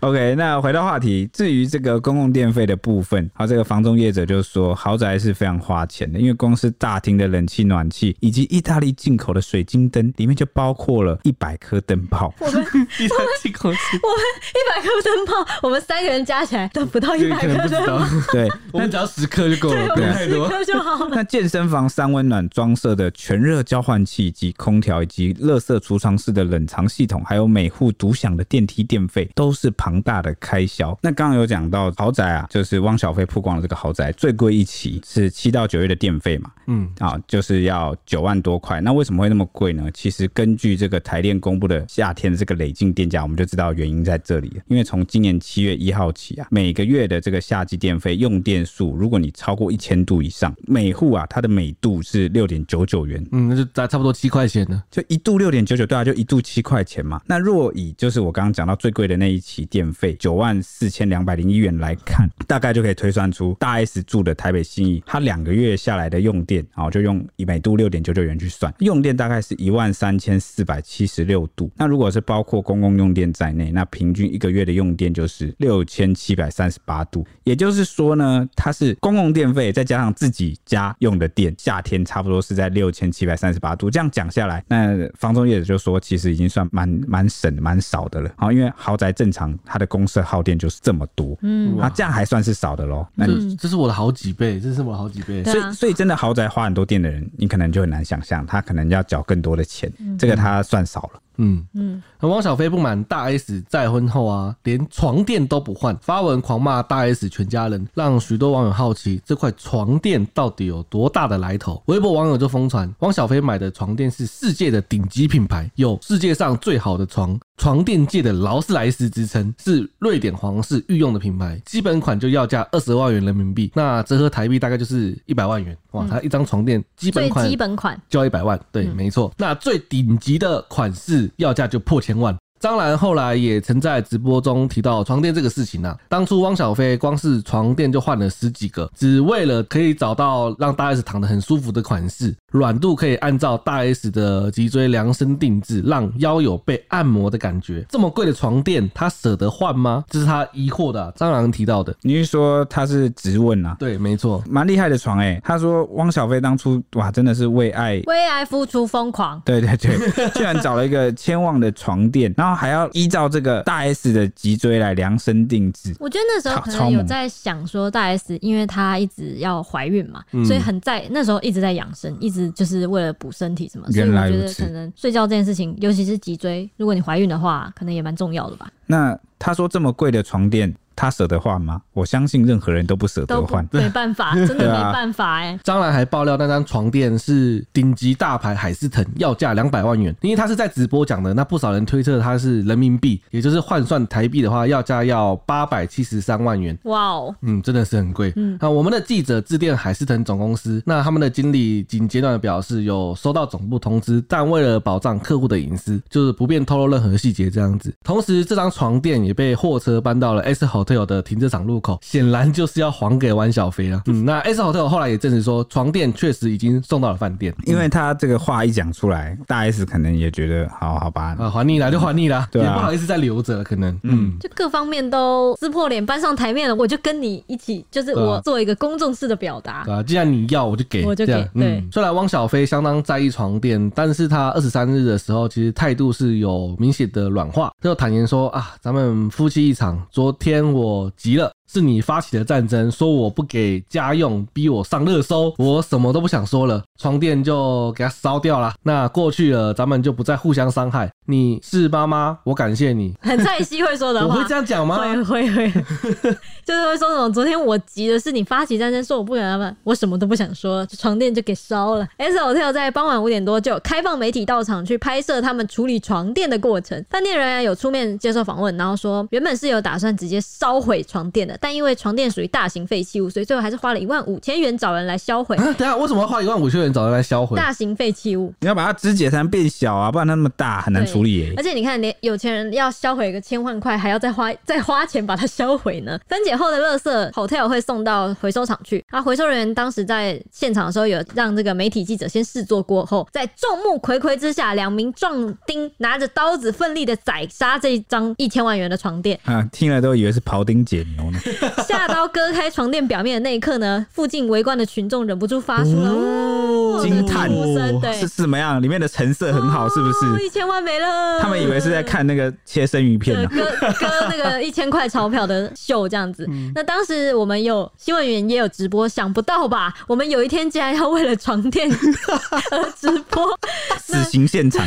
Speaker 1: OK，那回到话题，至于这个公共电费的部分，好，这个房中业者就说，豪宅是非常花钱的，因为光是大厅的冷气、暖气以及意大利进口的水晶灯，里面就包括了一百颗灯泡，
Speaker 3: 一台进口
Speaker 2: *laughs*
Speaker 3: 机，
Speaker 2: 我们一百颗灯泡，我们三个人加起来都不到哦一
Speaker 3: 这个
Speaker 2: 百
Speaker 3: 可能
Speaker 2: 颗
Speaker 3: 不知
Speaker 2: 灯泡
Speaker 3: 道，，
Speaker 1: 对。
Speaker 3: *laughs* 我们只要十克就够
Speaker 2: *laughs*
Speaker 3: 了，不用太
Speaker 2: 十
Speaker 3: 多。
Speaker 2: 颗就 *laughs* 好了。
Speaker 1: 那健身房三温暖装设的全热交换器及空调，以及垃圾储藏室的冷藏系统，还有每户独享的电梯电费，都是庞大的开销。那刚刚有讲到豪宅啊，就是汪小菲曝光的这个豪宅，最贵一期是七到九月的电费嘛，
Speaker 3: 嗯，
Speaker 1: 啊，就是要九万多块。那为什么会那么贵呢？其实根据这个台电公布的夏天的这个累进电价，我们就知道原因在这里了。因为从今年七月一号起啊，每个月的这个夏季电费用电数，如果你超过一千度以上，每户啊它的每度是六点九九元，
Speaker 3: 嗯，那就差差不多七块钱了。
Speaker 1: 就一度六点九九，对啊，就一度七块钱嘛。那若以就是我刚刚讲到最贵的那一期电费九万四千两百零一元来看，大概就可以推算出大 S 住的台北信义，它两个月下来的用电，啊，就用以每度六点九九元去算，用电大概是一万三千四百七十六度。那如果是包括公共用电在内，那平均一个月的用电就是六千七百三十八度。也就是说呢，它是公共电费再加上自己家用的电，夏天差不多是在六千七百三十八度。这样讲下来，那房中业者就说，其实已经算蛮蛮省蛮少的了。好，因为豪宅正常它的公社耗电就是这么多，嗯，啊，这样还算是少的喽。那你
Speaker 3: 这这是我的好几倍，这是我的好几倍。
Speaker 2: 嗯对
Speaker 1: 所
Speaker 2: 啊
Speaker 1: 以，所以真的豪宅花很多电的人，你可能就很难想象，他可能要缴更多的钱，
Speaker 2: 嗯
Speaker 1: 这个他算少了。
Speaker 3: 嗯嗯，那汪小菲不满大 S 再婚后啊，连床垫都不换，发文狂骂大 S 全家人，让许多网友好奇这块床垫到底有多大的来头。微博网友就疯传，汪小菲买的床垫是世界的顶级品牌，有世界上最好的床。床垫界的劳斯莱斯之称，是瑞典皇室御用的品牌，基本款就要价二十万元人民币，那折合台币大概就是一百万元。哇，它一张床垫基本
Speaker 2: 最
Speaker 3: 款
Speaker 2: 基本款，
Speaker 3: 就要一百万，对，没错。那最顶级的款式要价就破千万。张兰后来也曾在直播中提到床垫这个事情啊，当初汪小菲光是床垫就换了十几个，只为了可以找到让大 S 躺得很舒服的款式，软度可以按照大 S 的脊椎量身定制，让腰有被按摩的感觉。这么贵的床垫，他舍得换吗？这是他疑惑的啊、张兰提到的。
Speaker 1: 你是说他是直问啊？
Speaker 3: 对，没错，
Speaker 1: 蛮厉害的床哎、他说汪小菲当初哇，真的是为爱。
Speaker 2: 为爱付出疯狂。
Speaker 1: 对
Speaker 2: *laughs*
Speaker 1: 对对，居然找了一个千万的床垫，然后还要依照这个大 S 的脊椎来量身定制。
Speaker 2: 我觉得那时候
Speaker 1: 超
Speaker 2: 可
Speaker 1: 超
Speaker 2: 能
Speaker 1: 猛
Speaker 2: 有在想说，大 S 因为她一直要怀孕嘛，
Speaker 3: 嗯
Speaker 2: 所以很在那时候一直在养生，一直就是为了补身体什么。所以
Speaker 1: 原
Speaker 2: 我
Speaker 1: 来
Speaker 2: 觉
Speaker 1: 如
Speaker 2: 得
Speaker 1: 此
Speaker 2: 可能睡觉这件事情，尤其是脊椎，如果你怀孕的话，可能也蛮重要的吧。
Speaker 1: 那他说这么贵的床垫，他舍得换吗？我相信任何人都不舍得
Speaker 4: 都不
Speaker 1: 换。
Speaker 4: 没办
Speaker 1: *laughs*
Speaker 4: 法，真的
Speaker 1: 对啊
Speaker 4: 没办法哎、
Speaker 3: 张兰还爆料那张床垫是顶级大牌海思腾，要价两百万元，因为他是在直播讲的，那不少人推测他是人民币，也就是换算台币的话，要价要八百七十三万元。
Speaker 4: 哇哦，
Speaker 3: 嗯，真的是很贵。嗯，那我们的记者致电海思腾总公司，那他们的经理仅简短的表示有收到总部通知，但为了保障客户的隐私，就是不便透露任何细节这样子。同时，这张床垫也被货车搬到了 S Hotel 的停车场入口，显然就是要还给汪小菲了。嗯，那 S Hotel 后来也证实说，床垫确实已经送到了饭店。
Speaker 1: 因为他这个话一讲出来，大 S 可能也觉得好好吧，
Speaker 3: 啊，还你啦，就还你啦，
Speaker 1: 对啊
Speaker 3: 也不好意思再留着了，可能，嗯，
Speaker 2: 就各方面都撕破脸搬上台面了，我就跟你一起，就是
Speaker 3: 对啊
Speaker 2: 我做一个公众式的表达。
Speaker 3: 对啊，既然你要，我就给，
Speaker 2: 我就
Speaker 3: 这样嗯
Speaker 2: 给对
Speaker 3: 虽然汪小菲相当在意床垫，但是他二十三日的时候，其实态度是有明显的软化，就坦言说啊，咱们夫妻一场，昨天我急了。是你发起的战争，说我不给家用，逼我上热搜，我什么都不想说了，床垫就给它烧掉了。那过去了，咱们就不再互相伤害。你是妈妈，我感谢你。
Speaker 2: 很蔡希会说的
Speaker 3: 我
Speaker 1: *laughs*
Speaker 2: 话，
Speaker 3: 会这样讲吗？
Speaker 2: 会会
Speaker 3: *laughs*
Speaker 2: 会，就是会说那种昨天我急的是你发起战争，说我不想他们，我什么都不想说，就床垫就给烧了。S Hotel 在傍晚五点多就有开放媒体到场去拍摄他们处理床垫的过程，饭店人员有出面接受访问，然后说原本是有打算直接烧毁床垫的，但因为床垫属于大型废弃物，所以最后还是花了一万五千元找人来销毁
Speaker 3: 啊，等一下为什么要花一万五千元找人来销毁？
Speaker 2: 大型废弃物。
Speaker 1: 你要把它肢解才能变小啊，不然它那么大很难
Speaker 2: 对
Speaker 1: 处理耶、
Speaker 2: 而且你看，连有钱人要销毁个千万块，还要再花再花钱把它销毁呢。分解后的垃圾，hotel 会送到回收厂去。啊，回收人员当时在现场的时候，有让这个媒体记者先试做过后，在众目睽睽之下，两名壮丁拿着刀子奋力的宰杀这张一千万元的床垫。
Speaker 1: 啊，听了都以为是庖丁解牛呢。
Speaker 2: 下刀割开床垫表面的那一刻呢，附近围观的群众忍不住发出了
Speaker 1: 嗯
Speaker 2: 呜的
Speaker 1: 惊叹
Speaker 2: 哭声，对，
Speaker 1: 是怎么样？里面的成色很好，是不是？
Speaker 2: 哦一千万没了。
Speaker 1: 他们以为是在看那个切生鱼片啊
Speaker 2: 对，
Speaker 1: 呢、
Speaker 2: 割割那个一千块钞票的秀这样子。那当时我们有新闻员也有直播，想不到吧？我们有一天竟然要为了床垫而直播。
Speaker 1: 死刑现场。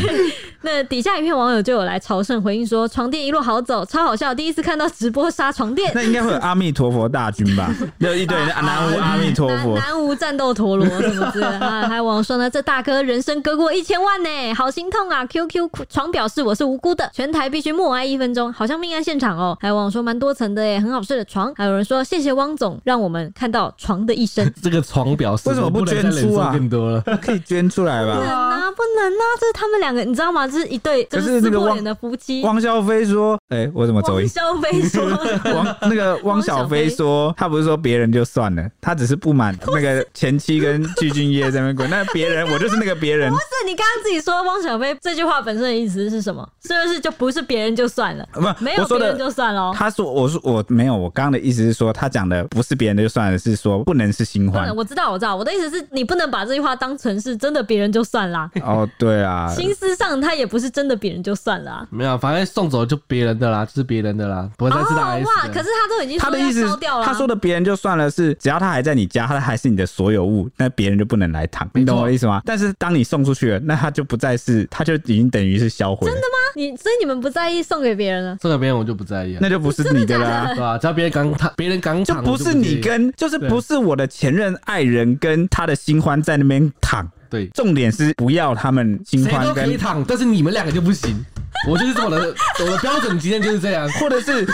Speaker 2: 那底下一片网友就有来朝圣回应说，床垫一路好走，超好笑，第一次看到直播杀床垫。
Speaker 1: 那应该会有阿弥陀佛大
Speaker 2: *laughs*
Speaker 1: 军吧？就一堆人啊南无阿弥陀
Speaker 2: 南
Speaker 1: 佛。
Speaker 2: 南无战斗陀螺什么之类
Speaker 1: *laughs*
Speaker 2: 的啊！还有网友说呢，这大哥人生割过一千万呢，好心痛啊！QQ 床表示我是无辜的，全台必须默哀一分钟，好像命案现场哦。还有网友说蛮多层的耶，很好睡的床。还有人说谢谢汪总，让我们看到床的一
Speaker 1: *laughs*
Speaker 2: 生。
Speaker 3: 这个床表示
Speaker 1: 为什么不
Speaker 3: 能再
Speaker 1: 捐
Speaker 3: 忍
Speaker 1: 出
Speaker 3: 受
Speaker 1: 啊
Speaker 3: 更多了。
Speaker 1: *laughs* 可以捐出来
Speaker 2: 不能
Speaker 1: 吧？
Speaker 2: 啊，不能啊！这是他们两个，你知道吗？这是一对就
Speaker 1: 可
Speaker 2: 是
Speaker 1: 是
Speaker 2: 撕
Speaker 1: 那个
Speaker 2: 破
Speaker 1: 汪
Speaker 2: 脸的夫妻。
Speaker 1: 汪小菲说：“哎、我怎么走音
Speaker 2: 汪？”小菲
Speaker 1: *laughs*
Speaker 2: 说
Speaker 1: 汪那个汪小菲说，他不是说别人就算了，他只是不满
Speaker 2: *laughs*
Speaker 1: 那个前妻跟具俊晔在那边滚。那别人，我就是那个别人。
Speaker 2: 是你刚刚自己说汪小菲这句话本身的意思是什么？是不是就不是别人就算了？
Speaker 1: 不，
Speaker 2: *laughs* 没
Speaker 1: 呃我
Speaker 2: 有
Speaker 1: 说
Speaker 2: 别
Speaker 1: 的
Speaker 2: 人就算了哦。
Speaker 1: 他说：“我说我没有，我刚刚的意思是说，他讲的不是别人的就算了，是说不能是新
Speaker 2: 不
Speaker 1: 欢
Speaker 2: 能，。我知道，我知道，我的意思是你不能把这句话当成是真的别人就算啦，
Speaker 1: 哦，对啊，
Speaker 2: 心思上他也不是真的别人就算啦。
Speaker 3: 没有，反正送走就别人的啦，就是别人的啦，不会再是大 S 的、
Speaker 2: 哦啊哇，可是他都已经
Speaker 1: 他
Speaker 2: 说
Speaker 1: 的意
Speaker 2: 要
Speaker 1: 思
Speaker 2: 烧，掉了，啊
Speaker 1: 他说的别人就算了是，只要他还在你家，他还是你的所有物，那别人就不能来躺，你懂我的意思吗？但是当你送出去了，那他就不再是，他就已经等于是销毁了，真的吗？
Speaker 2: 你，所以你们不在意送给别人了。
Speaker 3: 这个别人我就不在意了
Speaker 1: 那，就不是你的啦。
Speaker 3: 对吧、只要别人敢躺，别人敢
Speaker 1: 就
Speaker 3: 躺，
Speaker 1: 不
Speaker 3: 我
Speaker 1: 是
Speaker 3: 介
Speaker 1: 你
Speaker 3: 意
Speaker 1: 跟，就是不是我的前任爱人跟他的新欢在那边躺，
Speaker 3: 对，
Speaker 1: 重点是不要他们新
Speaker 3: 谁
Speaker 1: 欢
Speaker 3: 都可以
Speaker 1: 跟，
Speaker 3: 躺，但是你们两个就不行。 *laughs* 我就是这么的，我的标准今天就是这样。
Speaker 1: 或者是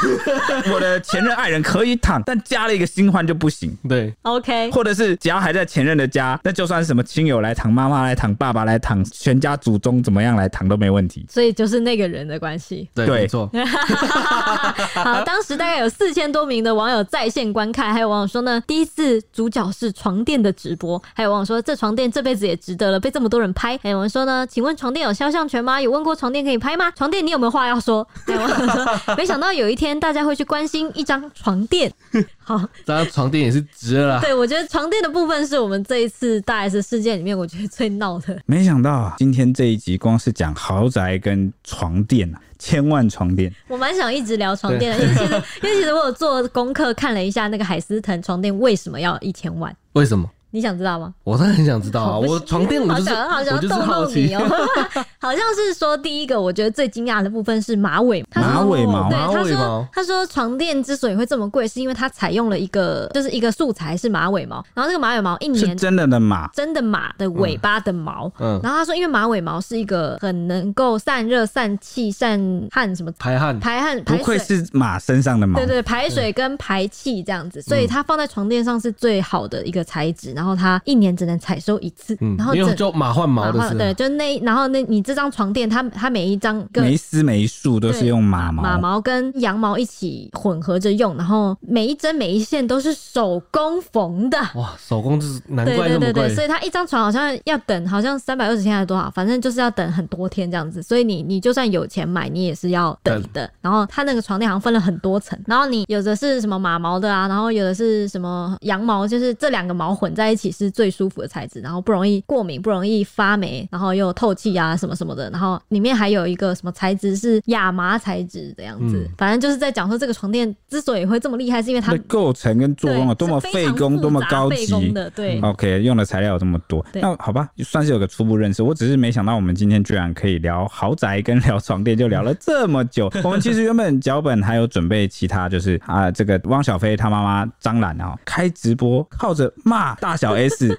Speaker 1: 我的前任爱人可以躺，但加了一个新欢就不行。
Speaker 3: 对，
Speaker 2: OK，
Speaker 1: 或者是只要还在前任的家，那就算什么亲友来躺、妈妈来躺、爸爸来躺、全家祖宗怎么样来躺都没问题。
Speaker 2: 所以就是那个人的关系。
Speaker 3: 对，
Speaker 1: 对
Speaker 3: 没
Speaker 2: *laughs*
Speaker 3: 错。
Speaker 2: 好，当时大概有四千多名的网友在线观看，还有网友说呢，第一次主角是床垫的直播，还有网友说这床垫这辈子也值得了，被这么多人拍。还有网友说呢，请问床垫有肖像权吗？有问过床垫可以拍吗？床垫你有没有话要说？ *laughs* 还有网友说，没想到有一天大家会去关心一张床垫。好，
Speaker 3: 当然床垫也是值了啦。
Speaker 2: 对我觉得床垫的部分是我们这一次大 S 事件里面我觉得最闹的。
Speaker 1: 没想到啊，今天这一集光是讲豪宅跟床垫啊，千万床垫，
Speaker 2: 我蛮想一直聊床垫的，因为其实 *laughs* 因为其实我有做功课看了一下那个海思腾床垫为什么要一千万。
Speaker 3: 为什么？
Speaker 2: 你想知道吗？
Speaker 3: 我当然很想知道啊！
Speaker 2: 好不行
Speaker 3: 我床垫我
Speaker 2: 好
Speaker 3: 就是
Speaker 2: 想好
Speaker 3: 我
Speaker 2: 想要
Speaker 3: 就是
Speaker 2: 逗
Speaker 3: 好
Speaker 2: 弄
Speaker 3: 奇
Speaker 2: 你哦、 *laughs* 好像是说第一个，我觉得最惊讶的部分是马尾。他
Speaker 1: 马
Speaker 2: 说
Speaker 1: 尾毛
Speaker 2: 对，
Speaker 3: 马
Speaker 2: 他
Speaker 3: 尾毛
Speaker 2: 说他说床垫之所以会这么贵，是因为它采用了一个就是一个素材是马尾毛，然后这个马尾毛一
Speaker 1: 是
Speaker 2: 年
Speaker 1: 真的的马，
Speaker 2: 真的马的尾巴的毛。
Speaker 3: 嗯
Speaker 2: 然后他说，因为马尾毛是一个很能够散热、散气、散汗什么
Speaker 3: 排汗，
Speaker 2: 排汗、
Speaker 1: 不
Speaker 2: 排
Speaker 1: 愧
Speaker 2: 水。
Speaker 1: 是马身上的毛
Speaker 2: 对。对，排水跟排气这样子，
Speaker 3: 嗯
Speaker 2: 所以它放在床垫上是最好的一个材质。然后它一年只能采收一次，
Speaker 3: 嗯
Speaker 2: 然，后
Speaker 3: 因为
Speaker 2: 整
Speaker 3: 就马换毛
Speaker 2: 然
Speaker 3: 的
Speaker 2: 后
Speaker 3: 事，
Speaker 2: 对，就那然后那你这张床垫，它它每一张跟
Speaker 1: 没丝没束都是
Speaker 2: 对
Speaker 1: 用马毛，
Speaker 2: 马毛跟羊毛一起混合着用，然后每一针每一线都是手工缝的。
Speaker 3: 哇，手工就是难
Speaker 2: 对
Speaker 3: 怪
Speaker 2: 对
Speaker 3: 那么
Speaker 2: 对对，所
Speaker 3: 贵。
Speaker 2: 以它一张床好像要等，好像三百二十天还是多少，反正就是要等很多天这样子。所以你你就算有钱买，你也是要等的。然后它那个床垫好像分了很多层，然后你有的是什么马毛的啊，然后有的是什么羊毛，就是这两个毛混在一起是最舒服的材质，然后不容易过敏，不容易发霉，然后又透气啊什么什么的。然后里面还有一个什么材质是亚麻材质的样子，
Speaker 3: 嗯
Speaker 2: 反正就是在讲说这个床垫之所以会这么厉害，是因为它
Speaker 1: 它的构成跟作
Speaker 2: 对
Speaker 1: 用有多么
Speaker 2: 是非
Speaker 1: 费
Speaker 2: 常
Speaker 1: 工，
Speaker 2: 复
Speaker 1: 多么
Speaker 2: 杂
Speaker 1: 高
Speaker 2: 费工
Speaker 1: 级。
Speaker 2: 的，
Speaker 3: 嗯
Speaker 2: 对。
Speaker 1: 嗯 OK，用的材料有这么多，
Speaker 2: 对
Speaker 1: 那好吧，算是有个初步认识。我只是没想到我们今天居然可以聊豪宅跟聊床垫，就聊了这么
Speaker 2: *laughs*
Speaker 1: 久。我们其实原本脚本还有准备其他，就是啊、这个汪小菲他妈妈张兰啊、开直播，靠着骂大小
Speaker 2: *laughs*
Speaker 1: S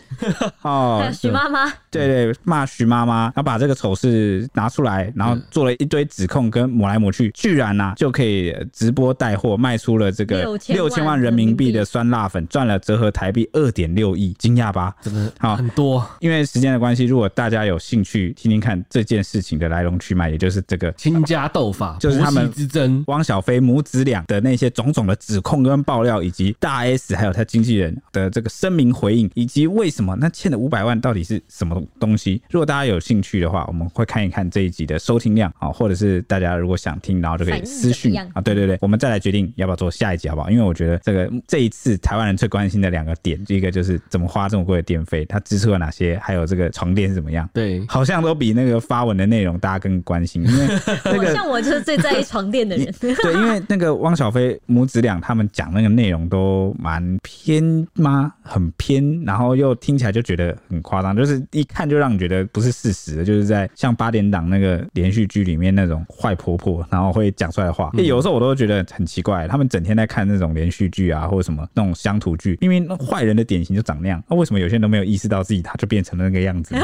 Speaker 1: 哦
Speaker 2: 还有，许
Speaker 1: 对
Speaker 2: 妈妈，
Speaker 1: 对对，骂徐妈妈，然后把这个丑事拿出来，然后做了一堆指控跟抹来抹去，居然呐、就可以呃直播带货卖出了这个
Speaker 2: 6000
Speaker 1: 六千万人民币的酸辣粉，赚了折合台币二点六亿，惊讶吧？
Speaker 3: 真的
Speaker 1: 好
Speaker 3: 很多，
Speaker 1: 因为时间的关系，如果大家有兴趣听听看这件事情的来龙去脉，也就是这个
Speaker 3: 亲家斗法，
Speaker 1: 就是
Speaker 3: 婆
Speaker 1: 他
Speaker 3: 媳
Speaker 1: 们
Speaker 3: 之争，
Speaker 1: 汪小菲母子俩的那些种种的指控跟爆料，以及大 S 还有他经纪人的这个声明回应，以及为什么那欠的五百万到底是什么东西？如果大家有兴趣的话，我们会看一看这一集的收听量啊，或者是大家如果想听，然后就可
Speaker 2: 反
Speaker 1: 以
Speaker 2: 应
Speaker 1: 私
Speaker 2: 怎
Speaker 1: 讯
Speaker 2: 么样
Speaker 1: 啊，对对对，我们再来决定要不要做下一集好不好？因为我觉得这个这一次台湾人最关心的两个点，一个就是怎么花这么贵的电费，他支出了哪些，还有这个床垫是怎么样。
Speaker 3: 对，
Speaker 1: 好像都比那个发文的内容大家更关心，因为那
Speaker 2: 我
Speaker 1: 个
Speaker 2: 像我就是最在意床垫的人，
Speaker 1: 对，因为那个汪小菲母子俩他们讲那个内容都蛮偏吗？很偏，然后又听起来就觉得很夸张，就是一看就让你觉得不是事实的，就是在像八点档那个连续剧里面那种坏婆婆，然后会讲出来的话。哎有时候我都觉得很奇怪，他们整天在看那种连续剧啊，或者什么那种乡土剧，明明那坏人的典型就长那样，那、为什么有些人都没有意识到自己他就变成了那个样子？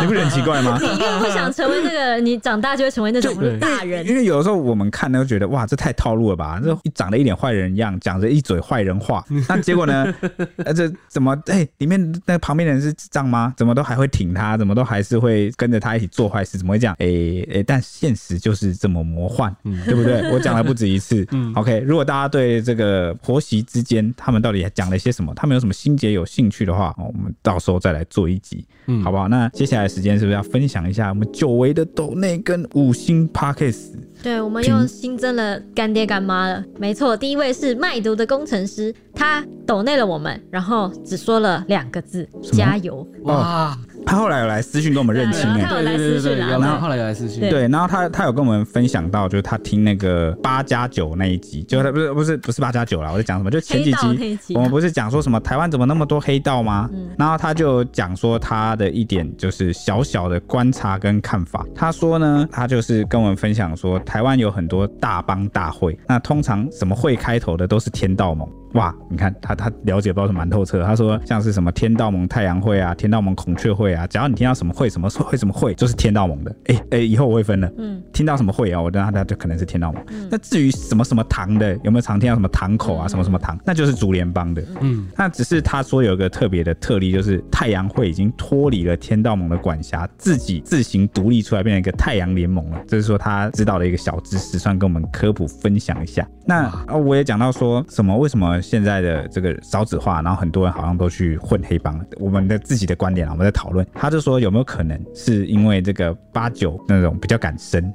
Speaker 1: 你不觉得很奇怪吗？
Speaker 2: *laughs* 你越不想成为那个，你长大就会成为那种
Speaker 3: 对
Speaker 2: 大人。
Speaker 1: 因为有的时候我们看都觉得哇，这太套路了吧？这长得一脸坏人一样，讲着一嘴坏人话，那结果呢？呃，这怎么哎、里面那旁边的人是智障吗？怎么都还会挺他？怎么都还是会跟着他一起做坏事？怎么会这样？哎、哎、但现实就是这么魔幻，对不对？我讲了不止一次。OK，如果大家对这个婆媳之间他们到底讲了些什么，他们有什么心结有兴趣的话，哦我们到时候再来做一集。
Speaker 3: 嗯
Speaker 1: 好不好？那接下来时间是不是要分享一下我们久违的抖内跟五星 Pockets？
Speaker 2: 对，我们又新增了干爹干妈了。没错，第一位是卖毒的工程师，他抖内了我们，然后只说了两个字：
Speaker 1: 么
Speaker 2: 加油。
Speaker 3: 哇，
Speaker 1: 他后来有来私讯跟我们认亲
Speaker 2: 对啊
Speaker 1: 哎、
Speaker 2: 他
Speaker 3: 对
Speaker 2: 有
Speaker 3: 对
Speaker 2: 来私
Speaker 3: 对对，
Speaker 2: 讯啊
Speaker 3: 然后
Speaker 2: 对
Speaker 3: 后来有来私讯，
Speaker 2: 对
Speaker 1: 对，然后他他有跟我们分享到，就是他听那个八加九那一集，就是他不是不是不是八加九啦，我在讲什么？就前几
Speaker 2: 黑道那一集
Speaker 1: 集我们不是讲说什么台湾怎么那么多黑道吗？然后他就讲说他的一点就是小小的观察跟看法。他说呢，他就是跟我们分享说，台湾有很多大帮大会，那通常什么会开头的都是天道盟。哇，你看他他了解到是蛮透彻的。他说像是什么天道盟太阳会啊、天道盟孔雀会啊，只要你听到什么会什么会什么会，就是天道盟的。哎、哎、以后我会分了。
Speaker 2: 嗯，
Speaker 1: 听到什么会啊，我那他就可能是天道盟。那至于什么什么堂的，有没有常听到什么堂口啊、什么什么堂，那就是竹联帮的。
Speaker 3: 嗯，
Speaker 1: 那只是他说有一个特别的特例，就是太阳会已经脱离了天道盟的管辖，自己自行独立出来，变成一个太阳联盟了。这是说他知道的一个小知识，算跟我们科普分享一下。那啊我也讲到说什么为什么现在的这个少子化，然后很多人好像都去混黑帮。我们的自己的观点啊，我们在讨论，他就说有没有可能是因为这个八九那种比较敢生，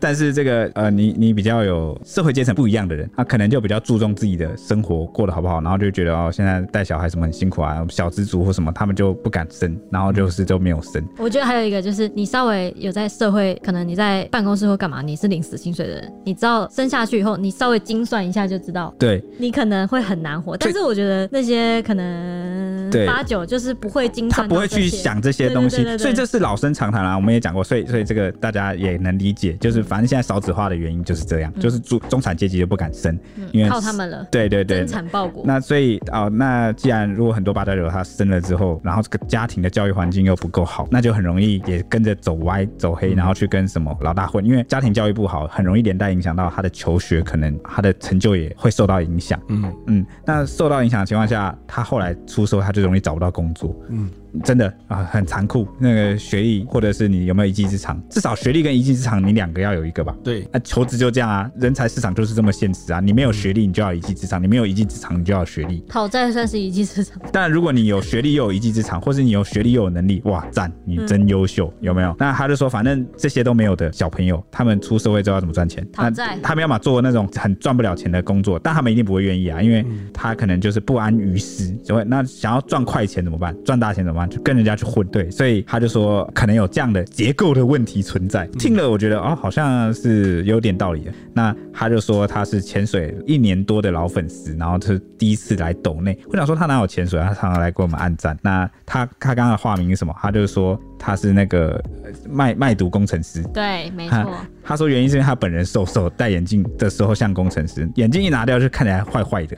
Speaker 1: 但是这个呃，你你比较有社会阶层不一样的人，他可能就比较注重自己的生活过得好不好，然后就觉得哦，现在带小孩什么很辛苦啊，小资族或什么，他们就不敢生，然后就是都没有生。
Speaker 2: 我觉得还有一个就是，你稍微有在社会，可能你在办公室或干嘛，你是领死薪水的人，你知道生下去以后，你稍微精算一下就知道，
Speaker 1: 对，
Speaker 2: 你可能会很难活。但是我觉得那些可能能
Speaker 1: 对
Speaker 2: 八九就是不会精
Speaker 1: 他
Speaker 2: 算，
Speaker 1: 不会去想这些东西
Speaker 2: 对对对对，对
Speaker 1: 所以这是老生常谈啊啦、我们也讲过，所以所以这个大家也能理解，就是反正现在少子化的原因就是这样，就是中中产阶级就不敢生，因为
Speaker 2: 嗯靠他们了，
Speaker 1: 对对对
Speaker 2: 增，产报国。
Speaker 1: 那所以哦，那既然如果很多八加九他生了之后，然后这个家庭的教育环境又不够好，那就很容易也跟着走歪走黑，然后去跟什么老大混，因为家庭教育不好，很容易连带影响到他的求学，可能他的成就也会受到影响。
Speaker 3: 嗯
Speaker 1: 嗯，那受到影响的情况下，他后来出社会他就容易找不到工作。
Speaker 3: 嗯，
Speaker 1: 真的啊，很残酷。那个学历或者是你有没有一技之长，至少学历跟一技之长你两个要有一个吧。
Speaker 3: 对，
Speaker 1: 那求职就这样啊，人才市场就是这么现实啊。你
Speaker 2: 嗯
Speaker 1: 没有学历，你就要一技之长；你没有一技之长，你就要有学历。
Speaker 2: 讨债算是一技之长，
Speaker 1: 但如果你有学历又有一技之长，或是你有学历又有能力，哇，赞，你
Speaker 2: 嗯
Speaker 1: 真优秀，有没有？那他就说，反正这些都没有的小朋友，他们出社会之后要怎么赚钱？
Speaker 2: 讨
Speaker 1: 那
Speaker 2: 债
Speaker 1: 他们要么做那种很赚不了钱的工作，但他们一定不会愿意啊，因为他可能就是不安于世，就会那想要赚快钱怎么办？赚大钱怎么办？就跟人家去混，对，所以他就说，可能有这样的结构的问题存在。听了，我觉得哦，好像是有点道理的。那他就说他是潜水一年多的老粉丝，然后他是第一次来抖内。我想说他哪有潜水啊，他常常来给我们按赞。那他他刚刚的化名是什么？他就是说他是那个呃卖卖毒工程师。
Speaker 2: *laughs* 对，没
Speaker 1: 他
Speaker 2: 错。
Speaker 1: 他说原因是因为他本人瘦瘦，戴眼镜的时候像工程师，眼镜一拿掉就看起来坏坏的。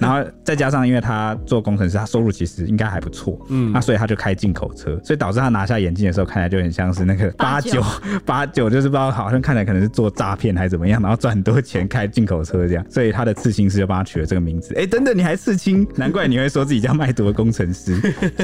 Speaker 1: 然后再加上因为他做工程师，他收入其实应该还不错，
Speaker 3: 嗯
Speaker 1: 那所以他就开进口车，所以导致他拿下眼镜的时候看起来就很像是那个八九 *laughs* 八九，就是不知道好像看起来可能是做诈骗还是怎么样，然后赚很多钱开进口车这样，所以他的刺青师就帮他取了这个名字。哎，等等，你还刺青，难怪你会说自己叫卖毒的工程师，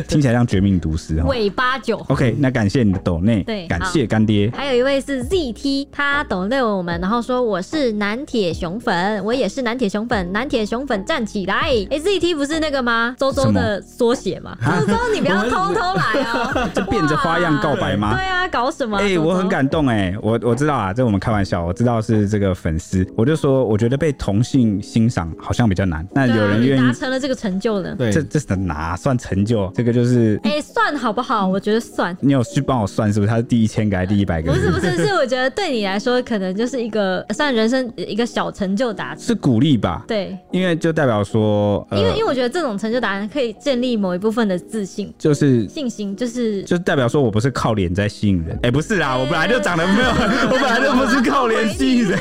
Speaker 1: 听起来像绝命毒师哦。
Speaker 2: 尾八九。
Speaker 1: OK，那感谢你的抖内，
Speaker 2: 对
Speaker 1: 感谢干爹。
Speaker 2: 还有一位是 ZT，他懂内我们，然后说我是南铁熊粉，我也是南铁熊粉，南铁熊粉站起来！哎、z t 不是那个吗？周周的缩写嘛。周周，你不要偷偷来哦，
Speaker 1: *laughs* 这变着花样告白
Speaker 2: *laughs*
Speaker 1: 吗
Speaker 2: 哇对啊，搞什么啊？
Speaker 1: 哎、
Speaker 2: 周周
Speaker 1: 我很感动哎、我我知道啊，这我们开玩笑，我知道是这个粉丝，我就说我觉得被同性欣赏好像比较难，那
Speaker 2: 对啊
Speaker 1: 有人
Speaker 2: 你
Speaker 1: 愿意，
Speaker 2: 达成了这个成就呢。
Speaker 3: 对，
Speaker 1: 这这是哪算成就？这个就是
Speaker 2: 哎、算好不好？我觉得
Speaker 1: *laughs*
Speaker 2: 算。
Speaker 1: 你有去帮我算是不是？他是第一千个还是第一百个？
Speaker 2: 不是不是，是我觉得对你来说，可能就是一个算人生一个小成就达成。
Speaker 1: 是鼓励吧？
Speaker 2: 对，
Speaker 1: 因为就代表说，呃
Speaker 2: 因为、因为我觉得这种成就达成可以建立某一部分的自信、
Speaker 1: 就是
Speaker 2: 信心，就是
Speaker 1: 就是代表说我不是靠脸在吸引人，哎、不是啦，我本来就长得没有，
Speaker 2: 哎
Speaker 1: 我本来就不是靠脸吸引人，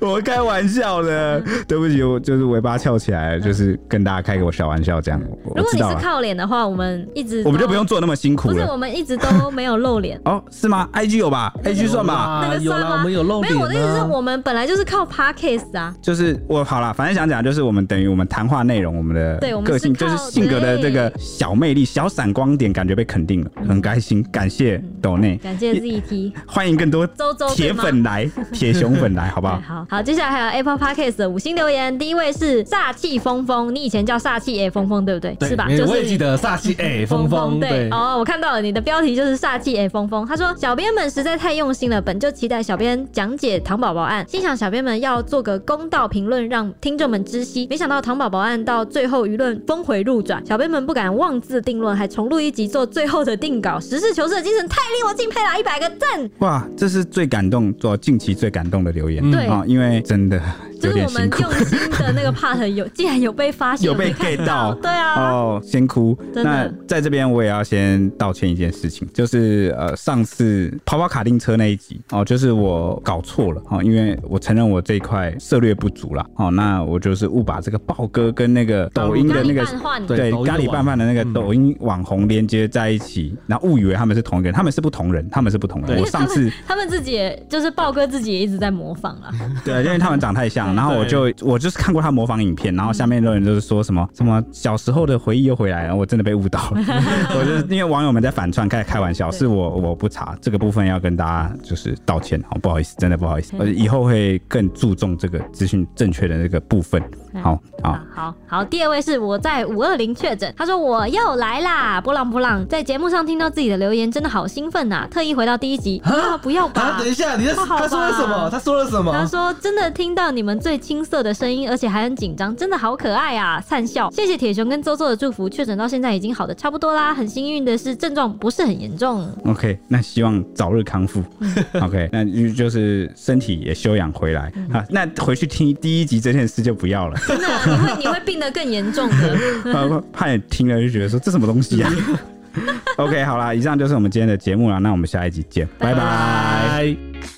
Speaker 1: 我开玩笑的，
Speaker 2: 嗯
Speaker 1: 对不起，我就是尾巴翘起来了，就是跟大家开个小玩笑这样。我
Speaker 2: 如
Speaker 1: 我
Speaker 2: 果
Speaker 1: 知
Speaker 2: 你
Speaker 1: 道啊
Speaker 2: 是
Speaker 1: 了，
Speaker 2: 靠脸的话，我们一直都
Speaker 1: 我们就不用做那么辛苦
Speaker 2: 哦不是
Speaker 1: 了。。
Speaker 2: 我们一直都没有露脸
Speaker 1: *laughs* 哦，是吗？IG 有吧？IG 算吧。
Speaker 3: 有
Speaker 2: 那
Speaker 3: 啦
Speaker 2: 个
Speaker 3: 有
Speaker 2: 算
Speaker 3: 啦，
Speaker 2: 吗？
Speaker 3: 我们有露
Speaker 2: 没
Speaker 3: 脸、啊。
Speaker 2: 有，我的意思是我们本来就是靠 podcast 啊，
Speaker 1: 就是我好了，反正想讲就是我们等于我们谈话内容，我们的
Speaker 2: 对我们
Speaker 1: 个性
Speaker 2: 是
Speaker 1: 就
Speaker 2: 靠
Speaker 1: 是性格的这个小魅力、小闪光点，感觉被肯定了，很开心，感谢
Speaker 2: 嗯
Speaker 1: 抖内，
Speaker 2: 感谢 ZT。
Speaker 1: 欢迎更多
Speaker 2: 周周对
Speaker 1: 铁
Speaker 2: 吗
Speaker 1: 粉来，铁熊粉来，好不好
Speaker 2: 对？哎好好，接下来还有 Apple Podcast 的五星留言，第一位是煞气风风，你以前叫煞气 A 风风对不对？
Speaker 3: 对
Speaker 2: 是吧？
Speaker 3: 没
Speaker 2: 就是
Speaker 3: 我也记得煞
Speaker 2: *laughs*
Speaker 3: 气哎，风风
Speaker 2: 对
Speaker 3: 对，
Speaker 2: 哦，我看到了你的标题就是煞气哎，风风。他说小编们实在太用心了，本就期待小编讲解糖宝宝案，心想小编们要做个公道评论，让听众们知悉。没想到糖宝宝案到最后舆论峰回路转，小编们不敢妄自定论，还重录一集做最后的定稿，实事求是的精神太令我敬佩了，一百个赞。
Speaker 1: 哇，这是最感动，做近期最感动的留
Speaker 3: 嗯
Speaker 1: 言
Speaker 2: 对
Speaker 1: 啊、因为真的
Speaker 2: 嗯就
Speaker 1: 有
Speaker 2: 是
Speaker 1: 点
Speaker 2: 我
Speaker 1: 辛
Speaker 2: 们
Speaker 1: 苦
Speaker 2: 用心的那个 part
Speaker 1: *laughs*
Speaker 2: 有竟然有被发现，
Speaker 1: 有被
Speaker 2: 我没看
Speaker 1: get 到
Speaker 2: 对啊，
Speaker 1: 哦，先哭。
Speaker 2: 真的
Speaker 1: 那在这边我也要先道歉一件事情，就是呃上次跑跑卡丁车那一集哦，就是我搞错了哦，因为我承认我这一块策略不足啦哦，那我就是误把这个豹哥跟那个抖音的那个
Speaker 2: 咖喱拌饭
Speaker 1: 对
Speaker 3: 对抖音的
Speaker 1: 咖喱拌饭的那个
Speaker 3: 网
Speaker 1: 抖音网红连接在一起，然后误以为他们是同一个人，他们是不同人，他们是不同人。
Speaker 3: 对
Speaker 1: 我上次
Speaker 2: 他们自己也就是豹哥自己也一直在模仿啊。
Speaker 1: *laughs* 对，因为他们长太像，然后我就我就是看过他模仿影片，然后下面留言就是说什么什么小时候的回忆又回来了，我真的被误导了。我就是因为网友们在反串开开玩笑，
Speaker 2: 对
Speaker 1: 是我我不查这个部分要跟大家就是道歉，好不好意思，真的不好意思，我以后会更注重这个资讯正确的这个部分。好好
Speaker 2: 啊，好好，第二位是我在五二零确诊，他说我又来啦，波浪波浪，在节目上听到自己的留言，真的好兴奋呐、特意回到第一集，啊，不要吧
Speaker 3: 啊，等。一下，你在
Speaker 2: 不好吧
Speaker 3: 他说了什么？他说了什
Speaker 2: 他
Speaker 3: 么？
Speaker 2: 说：“真的听到你们们最青涩的声音，而且还很紧张，真的好可爱啊！灿笑，谢谢铁熊跟周周的祝福，确诊到现在已经好的差不多啦。很幸运的是，症状不是很严重。
Speaker 1: OK，那希望早日康复。OK，那就就是身体也休养回来啊。那回去听第一集这件事就不要了，
Speaker 2: 真的，你会你会病得更严重的。
Speaker 1: 怕怕你听了就觉得说这什么东西啊。OK，好啦，以上就是我们今天的节目啦，那我们下一集见，拜拜
Speaker 3: 拜。